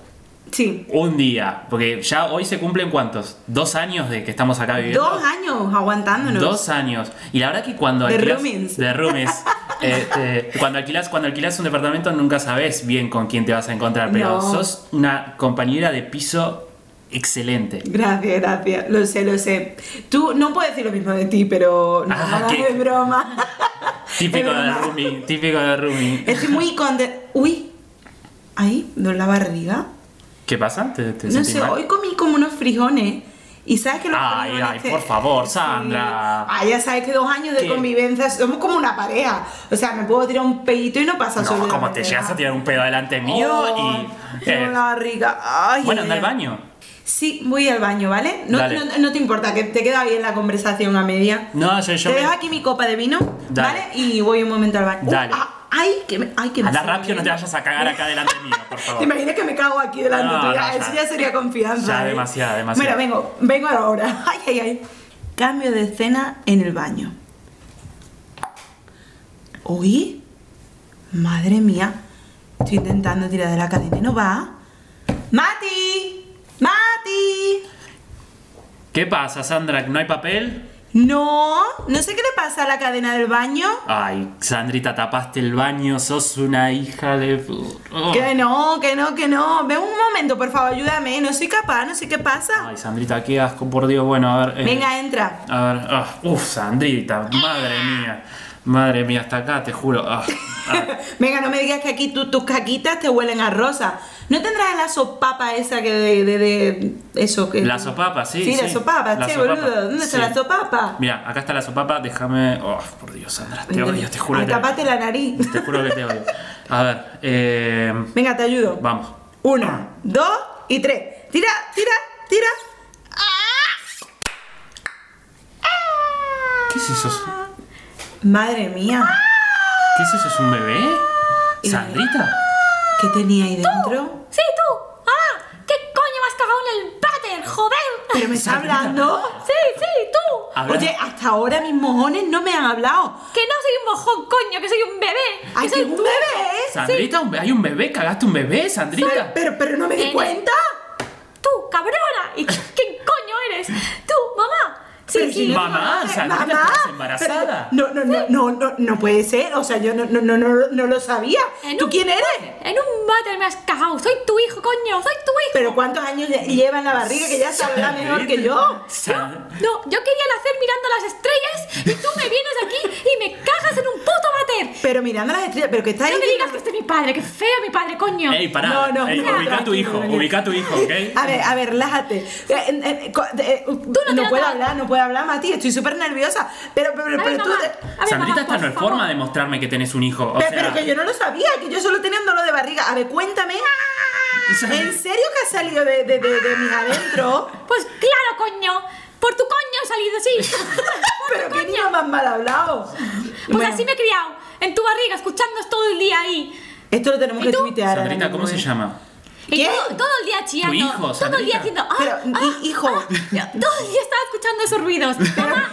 Sí.
Un día, porque ya hoy se cumplen cuántos? Dos años de que estamos acá viviendo.
Dos años aguantándonos.
Eh, Dos años. Y la verdad que cuando
De
alquilas.
roomies. [LAUGHS]
de roomies, este, cuando, alquilas, cuando alquilas un departamento nunca sabes bien con quién te vas a encontrar, pero
No.
sos una compañera de piso excelente.
Gracias, gracias. Lo sé, lo sé. Tú no puedes decir lo mismo de ti, pero no,
Ah,
no,
¿qué?
es broma. Es
[LAUGHS] Típico de
broma.
roomie, típico
[LAUGHS]
de roomie.
Estoy muy contenta. Uy, ahí, ¿no es la barriga?
¿Qué pasa? ¿Te, te
No
sentís
sé,
mal?
hoy comí como unos frijones. Y sabes que los
Ay,
frijones
ay,
te-
por favor,
Sí.
Sandra.
Ah, ya sabes que dos años de
¿Qué?
convivencia somos como una pareja. O sea, me puedo tirar un pedito y no pasa
No,
absolutamente
como te llegas a
nada.
tirar un pedo delante mío
Ay,
y.
tengo
eh,
la barriga. Ay,
bueno,
ay,
anda al
ay.
baño.
Sí, voy al baño, ¿vale? No,
Dale.
no- no te importa, que te queda bien la conversación a media.
No, yo, yo
te
me-
dejo aquí mi copa de vino,
Dale.
¿vale? Y voy un momento al baño. Uh,
Dale.
ah, ay, que me, ay, que me
Anda
sale
rápido, no te
bien.
vayas a cagar acá delante mío,
[LAUGHS]
por
¿Te
favor.
imaginas que me cago aquí delante
No,
tuya?
no, ya.
Eso ya sería confianza.
Ya,
¿eh?
demasiado, demasiado.
Bueno, vengo, vengo ahora. [LAUGHS] Ay, ay, ay. Cambio de escena en el baño. ¿Oí? Madre mía. Estoy intentando tirar de la cadena y no va. ¡Mati! ¡Mati!
¿Qué pasa, Sandra? ¿No hay papel?
No, no sé qué le pasa a la cadena del baño.
Ay, Sandrita, tapaste el baño, sos una hija de... pu- Oh.
Que no, que no, que no. Ve un momento, por favor, ayúdame. No soy capaz, no sé qué pasa.
Ay, Sandrita, qué asco, por Dios. Bueno, a ver... eh,
Venga, entra.
A ver, ah, uf, Sandrita, madre mía. Madre mía, hasta acá, te juro. ah, ah.
Venga, no me digas que aquí tu- tus caquitas te huelen a rosa. ¿No tendrás la sopapa esa que de, de- de- eso que
La sopapa, sí,
Sí, la
sí.
sopapa,
La
che,
sopapa,
boludo. ¿Dónde está
sí.
la sopapa?
Mira, acá está la sopapa, déjame... Oh, por Dios, Sandra, te odio, te juro.
Ay,
que te-
Tapate la nariz.
[LAUGHS] Te juro que te odio. A ver, eh,
Venga, te ayudo.
vamos.
Una, dos y tres. Tira, tira, tira.
¿Qué es eso?
Madre mía,
¿Qué es eso? ¿Es un bebé? ¿Sandrita?
¿qué tenía ahí dentro?
¡Sí, tú! ¡Ah! ¿Qué coño me has cagado en el váter, joder?
¿Pero me está hablando?
¡Sí, sí, tú!
Habla-
Oye, hasta ahora mis mojones no me han hablado.
¡Que no soy un mojón, coño! ¡Que soy un bebé!
¡Ay,
soy
que un bebé es!
¿Sandrita? un be- ¿Hay un bebé? ¿Cagaste un bebé, Sandrita?
Pero, pero no me di
Nene.
cuenta.
¡Tú, cabrona! ¿Y quién coño eres? ¡Tú, mamá!
Pero
Sí,
si
sí.
no-
Mamá, Sandrita,
Mamá,
estás embarazada.
pero- No, no, no, no, no, no puede ser. O sea, yo no, no, no, no, no lo sabía.
En
¿Tú
un
quién eres?
En un váter me has cagado. Soy tu hijo, coño. Soy tu hijo.
Pero ¿cuántos años lle- lleva en la barriga que ya sabrá mejor que yo?
San-
No, yo quería nacer mirando las estrellas y tú me vienes aquí y me cagas en un puto váter.
Pero mirando las estrellas, pero que está ahí.
No me digas que este es mi padre, que feo mi padre, coño.
Ey, pará.
No, no,
Ey,
no,
ubica a tu
tranquilo,
hijo,
tranquilo.
ubica a tu hijo, ¿ok?
[LAUGHS] A ver, a ver, relájate. Eh, eh, eh, co- eh,
te
no puedo
lo tragas.
hablar, no puedo hablar, Mati. Estoy súper nerviosa. Pero, pero, pero
A ver,
tú.
mamá,
te-
a ver, mamá,
Sandrita, esta
por
no es
favor.
forma de mostrarme que tenés un hijo. O
Pero,
sea,
pero que yo no lo sabía, que yo solo tenía un dolor de barriga. A ver,
[LAUGHS]
cuéntame. ¿En serio que has salido de, de, de, de mis adentro?
[LAUGHS]
Pues claro, coño. Por tu coño he
[LAUGHS]
salido, sí.
Pero qué niño más mal hablado.
Pues
Bueno,
así me he criado. En tu barriga, escuchándos todo el día ahí.
Esto lo tenemos
¿Y
que
tú?
tuitear. ahora
Sandrita, ¿cómo se
mismo, ¿eh?
llama?
Y
¿Qué?
Todo, todo el día chillando.
hijo,
todo el
Sandrita.
día haciendo. ah,
Pero,
ah,
hi-
[LAUGHS]
hijo.
ah. todo el día estaba escuchando
[LAUGHS]
esos ruidos. Mamá,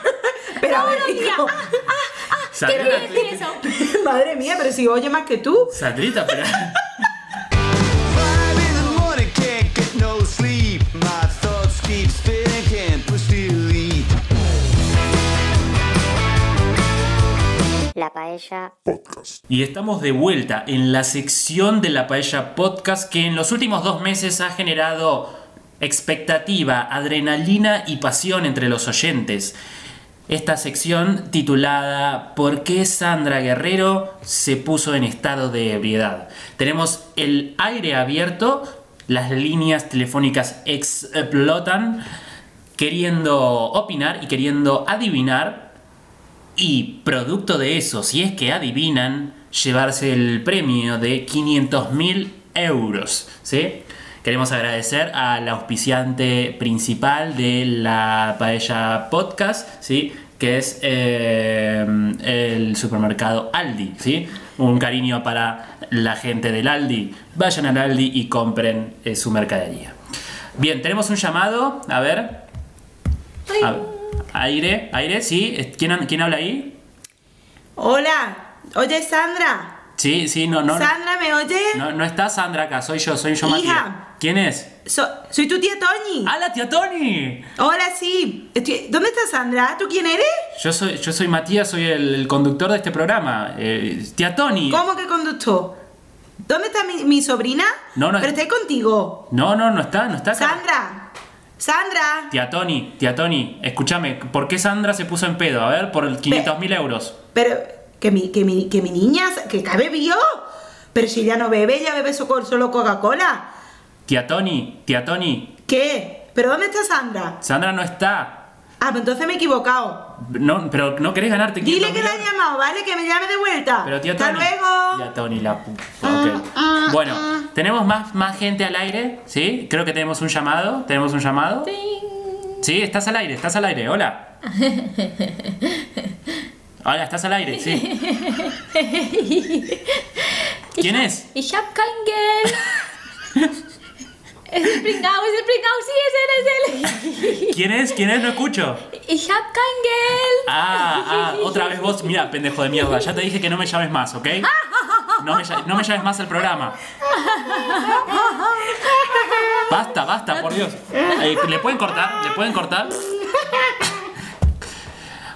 Pero a
todo
ver,
el día.
hijo.
Ah, ah, ah. ¿Qué
Sandrita.
quiere decir eso?
Madre mía, pero si oye más que tú.
Sandrita, pero...
[LAUGHS]
Five in the morning, can't get no sleep. My thoughts keep spinning, can't push delete.
La paella.
Podcast.
Y estamos de vuelta en la sección de la Paella Podcast que en los últimos dos meses ha generado expectativa, adrenalina y pasión entre los oyentes. Esta sección titulada ¿Por qué Sandra Guerrero se puso en estado de ebriedad? Tenemos el aire abierto, las líneas telefónicas explotan, queriendo opinar y queriendo adivinar y producto de eso, si es que adivinan, llevarse el premio de 500.000 euros. ¿sí? Queremos agradecer al auspiciante principal de la Paella Podcast, ¿sí? que es eh, el supermercado Aldi. ¿sí? Un cariño para la gente del Aldi. Vayan al Aldi y compren eh, su mercadería. Bien, tenemos un llamado. A ver. A- aire, aire, sí. Eh, ¿Quién, ha- quién habla ahí?
Hola. Oye, Sandra.
Sí, sí, no, no.
Sandra, ¿me oyes?
No, no está Sandra acá, soy yo, soy yo,
Hija.
Matías. ¿Quién es?
So- soy tu tía Toñi.
¡Ah, la tía Tony!
Hola, sí. Estoy- ¿Dónde está Sandra? ¿Tú quién eres?
Yo soy, yo soy Matías, soy el, el conductor de este programa. Eh, tía Tony.
¿Cómo que conductor? ¿Dónde está mi, mi sobrina?
No, no.
Pero está ahí contigo.
No, no, no está, no está acá.
Sandra. Sandra.
Tía Tony, tía Tony, escúchame, ¿por qué Sandra se puso en pedo? A ver, por 500.000 euros.
Pero que mi, que mi, que mi niña, que está bebió. Pero si ya no bebe, ya bebe so- solo Coca-Cola.
Tía Tony, tía Tony,
¿Qué? ¿Pero dónde está Sandra?
Sandra no está.
Ah, pues entonces me he equivocado.
No, pero no querés ganarte 500.000
Dile que la he
euros.
llamado, ¿vale? Que me llame de vuelta.
Pero tía
Hasta
Tony.
luego. Ah,
Tía Tony, la puta. ok. bueno, tenemos más, más gente al aire, ¿sí? Creo que tenemos un llamado. ¿Tenemos un llamado? Sí. Sí, estás al aire, estás al aire.
[LAUGHS]
Hola. Hola, estás al aire, sí.
[LAUGHS]
¿Quién es?
Y Shapkain Girl. es el pringao, es el pringao, sí, es él, es él.
¿Quién es? ¿Quién es? No escucho.
Y Shapkain Girl.
Ah, ah, otra vez vos. Mira, pendejo de mierda. Ya te dije que no me llames más, ¿ok? No me, ll- no me llames más al programa. Basta, basta, por Dios. Eh, ¿Le pueden cortar? ¿Le pueden cortar?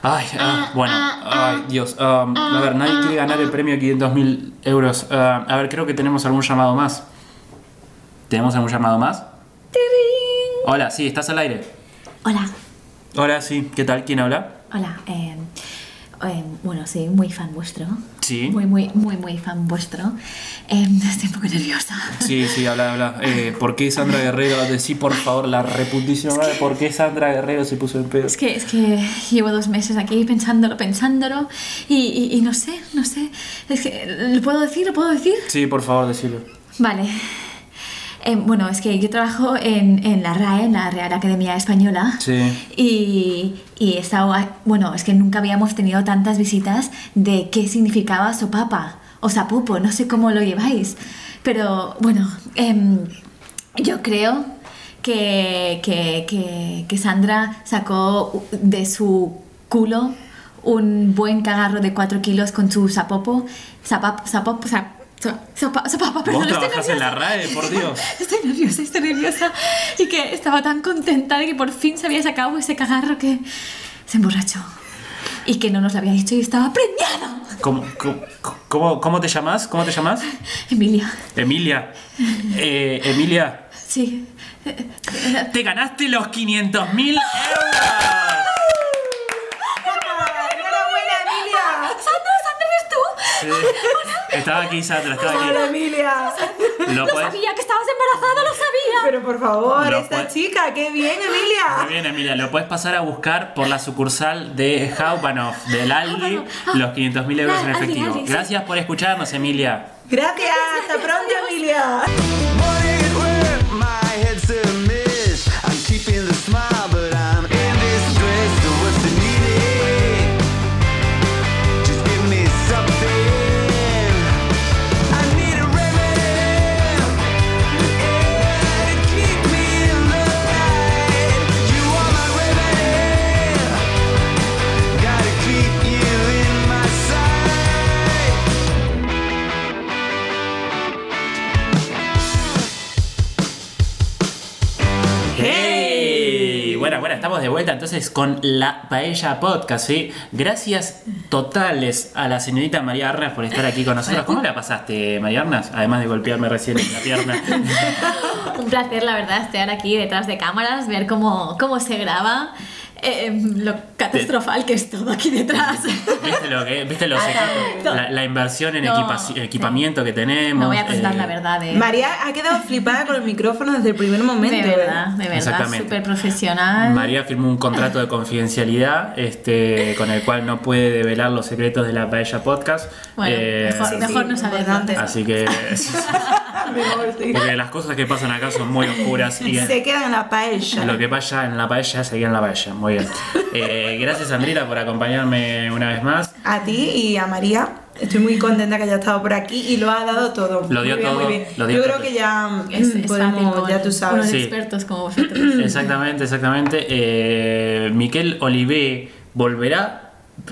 Ay, ah, bueno, ay, Dios. Um, a ver, nadie quiere ganar el premio de 500 mil euros. Uh, a ver, creo que tenemos algún llamado más. ¿Tenemos algún llamado más? Hola, sí, estás al aire.
Hola,
Hola, sí, ¿qué tal? ¿Quién habla?
hola. eh, eh, bueno, sí, muy fan vuestro.
Sí.
Muy, muy, muy, muy fan vuestro. Eh, estoy un poco nerviosa.
Sí, sí, habla, habla. Eh, ¿Por qué Sandra Guerrero? Decí por favor la reputísima madre. ¿Por qué Sandra Guerrero se puso en pedo?
Es que, es que llevo dos meses aquí pensándolo, pensándolo y, y- y no sé, no sé. Es que, ¿lo puedo decir? ¿Lo puedo decir?
Sí, por favor, decilo.
Vale. Eh, bueno, es que yo trabajo en, en la RAE, en la Real Academia Española.
Sí.
Y, y he estado a- bueno, es que nunca habíamos tenido tantas visitas de qué significaba sopapa o sapupo, no sé cómo lo lleváis. Pero bueno, em, yo creo que, que, que, que Sandra sacó de su culo un buen cagarro de 4 kilos con su sapopo, sapap, sapopo, sap- sa- sopa- sopapa, perdón,
Vos
estoy
trabajás en la
nerviosa.
RAE, por Dios.
Estoy nerviosa, estoy nerviosa. Y que estaba tan contenta de que por fin se había sacado ese cagarro que se emborrachó. Y que no nos lo había dicho y estaba preñada.
¿Cómo, cómo, cómo, cómo te llamas? ¿Cómo te llamas?
Emilia,
Emilia. Eh, Emilia,
sí. Eh, eh,
te ganaste los 500 mil euros.
¡Enhorabuena, Emilia!
¡Sandra, Sandra, eres tú!
Estaba aquí, Sandra, estaba
¡Hola,
aquí.
Emilia!
Lo
¡Lo
podés-
sabía que estabas embarazada, lo sabía!
Pero por favor,
No,
esta
pues-
chica, qué bien, Emilia.
Muy bien, Emilia, lo puedes pasar a buscar por la sucursal de Haupanov, del Aldi,
Haupanov. Ah.
los 500 mil euros en
Aldi,
efectivo.
Aldi, sí.
Gracias por escucharnos, Emilia.
Gracias, hasta pronto, Emilia.
Morning at work, my head's a mess. I'm keeping the smile, but I'm in distress. So what's the need? Just give me something. I need a remedy. Yeah, to keep me in the light. You are my remedy. Gotta keep you in my sight.
¡Hey! Bueno, bueno, estamos de vuelta entonces con la Paella Podcast, ¿sí? Gracias totales a la señorita María Arnas por estar aquí con nosotros. ¿Cómo la pasaste, María Arnas? Además de golpearme recién en la
[LAUGHS]
pierna.
[LAUGHS] Un placer, la verdad, estar aquí detrás de cámaras, ver cómo, cómo se graba, eh, lo catastrofal que es todo
[LAUGHS]
aquí detrás.
¿Viste, lo que, ¿Viste los equipos? La, la inversión en
Ah, No.
equipaci- equipamiento que tenemos.
No voy a contar
eh,
la verdad, eh.
María ha quedado flipada con el micrófono desde el primer momento. ¿eh?
De verdad, de verdad,
Exactamente.
súper profesional.
María firmó un contrato de confidencialidad este, con el cual no puede develar los secretos de la Paella Podcast.
Bueno,
Eh, Ah,
mejor, mejor no saberlo.
importante.
Así
[LAUGHS]
que...
Ah, Mejor, sí.
Porque las cosas que pasan acá son muy oscuras y
Se queda en la paella.
lo que pasa en la paella seguía en la paella. Muy bien. Eh, gracias, Andrita, por acompañarme una vez más.
A ti y a María. Estoy muy contenta que haya estado por aquí y lo ha dado todo.
Lo dio
Muy bien,
todo,
muy bien.
lo dio
Yo
todo.
creo que ya
Es,
mm,
es
podemos,
fácil con
ya tú sabes.
unos
Sí.
expertos como vosotros.
Exactamente, exactamente. Eh, Miquel Olivé volverá.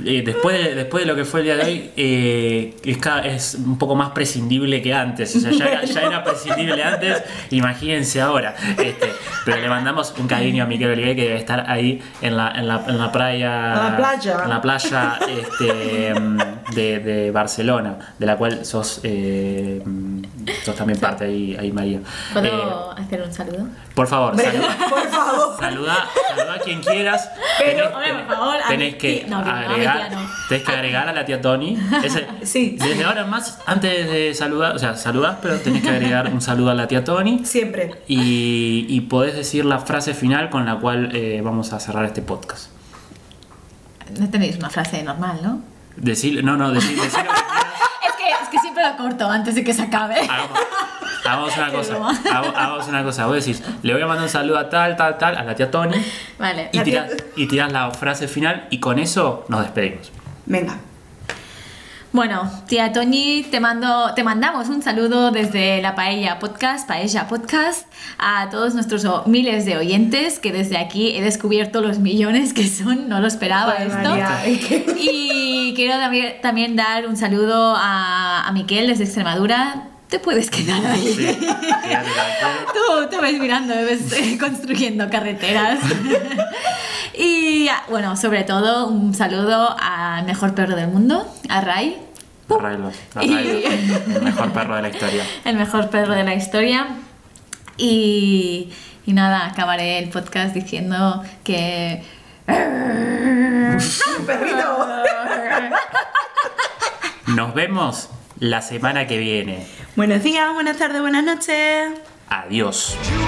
eh, después, de, después de lo que fue el día de hoy, eh, es, ca- es un poco más prescindible que antes. O sea, ya, era- ya era prescindible antes, imagínense ahora. Este, pero le mandamos un cariño a Miquel Olivé que debe estar ahí en la, en la, en la playa.
En la playa.
en la playa este, mm, de, de Barcelona, de la cual sos, eh, mm, sos también parte ahí, ahí María. Eh,
¿Puedo hacer un saludo?
por favor,
Hombre, [LAUGHS]
saluda.
por favor.
Saluda, saluda a quien quieras.
Pero,
tenés,
hombre, por favor, a
tenés
mi
que
tía- no, no, a mi
agregar,
tía no.
tenés que agregar a la tía Tony.
[LAUGHS]
Ese-
Sí,
Desde ahora en más, antes de saludar, o sea, saludás, pero tenés que agregar un saludo a la tía Tony.
Siempre.
Y, y podés decir la frase final con la cual eh, vamos a cerrar este podcast.
No tenéis una frase normal, ¿no?
Decir, no, no, decir, decir lo que quieras.
Es que, es que siempre lo corto antes de que se acabe.
Hagamos, hagamos una
Qué
cosa.
broma.
Hagamos, hagamos una cosa. Vos decís, le voy a mandar un saludo a tal, tal, tal, a la tía Tony.
Vale.
Y
La tía-
tirás, y tirás la frase final y con eso nos despedimos.
Venga.
Bueno, tía Toñi, te mando, te mandamos un saludo desde la Paella Podcast, Paella Podcast, a todos nuestros o- miles de oyentes que desde aquí he descubierto los millones que son, no lo esperaba
Joder,
Ah, esto.
María, es
[LAUGHS]
que-
Y quiero también, también dar un saludo a, a Miquel desde Extremadura. Te puedes quedar ahí. [LAUGHS]
Sí, quédate tranquilo.
Tú te ves mirando, me ves eh, construyendo
[LAUGHS]
carreteras. y ah, bueno, sobre todo un saludo al mejor perro del mundo, a Ray,
Arreglo, arreglo.
Y-
El mejor perro de la historia.
el mejor perro de la historia. Y, y nada, acabaré el podcast diciendo que...
[LAUGHS] Un
[LAUGHS]
perrito.
Nos vemos la semana que viene.
Buenos días, buenas tardes, buenas noches.
Adiós.
You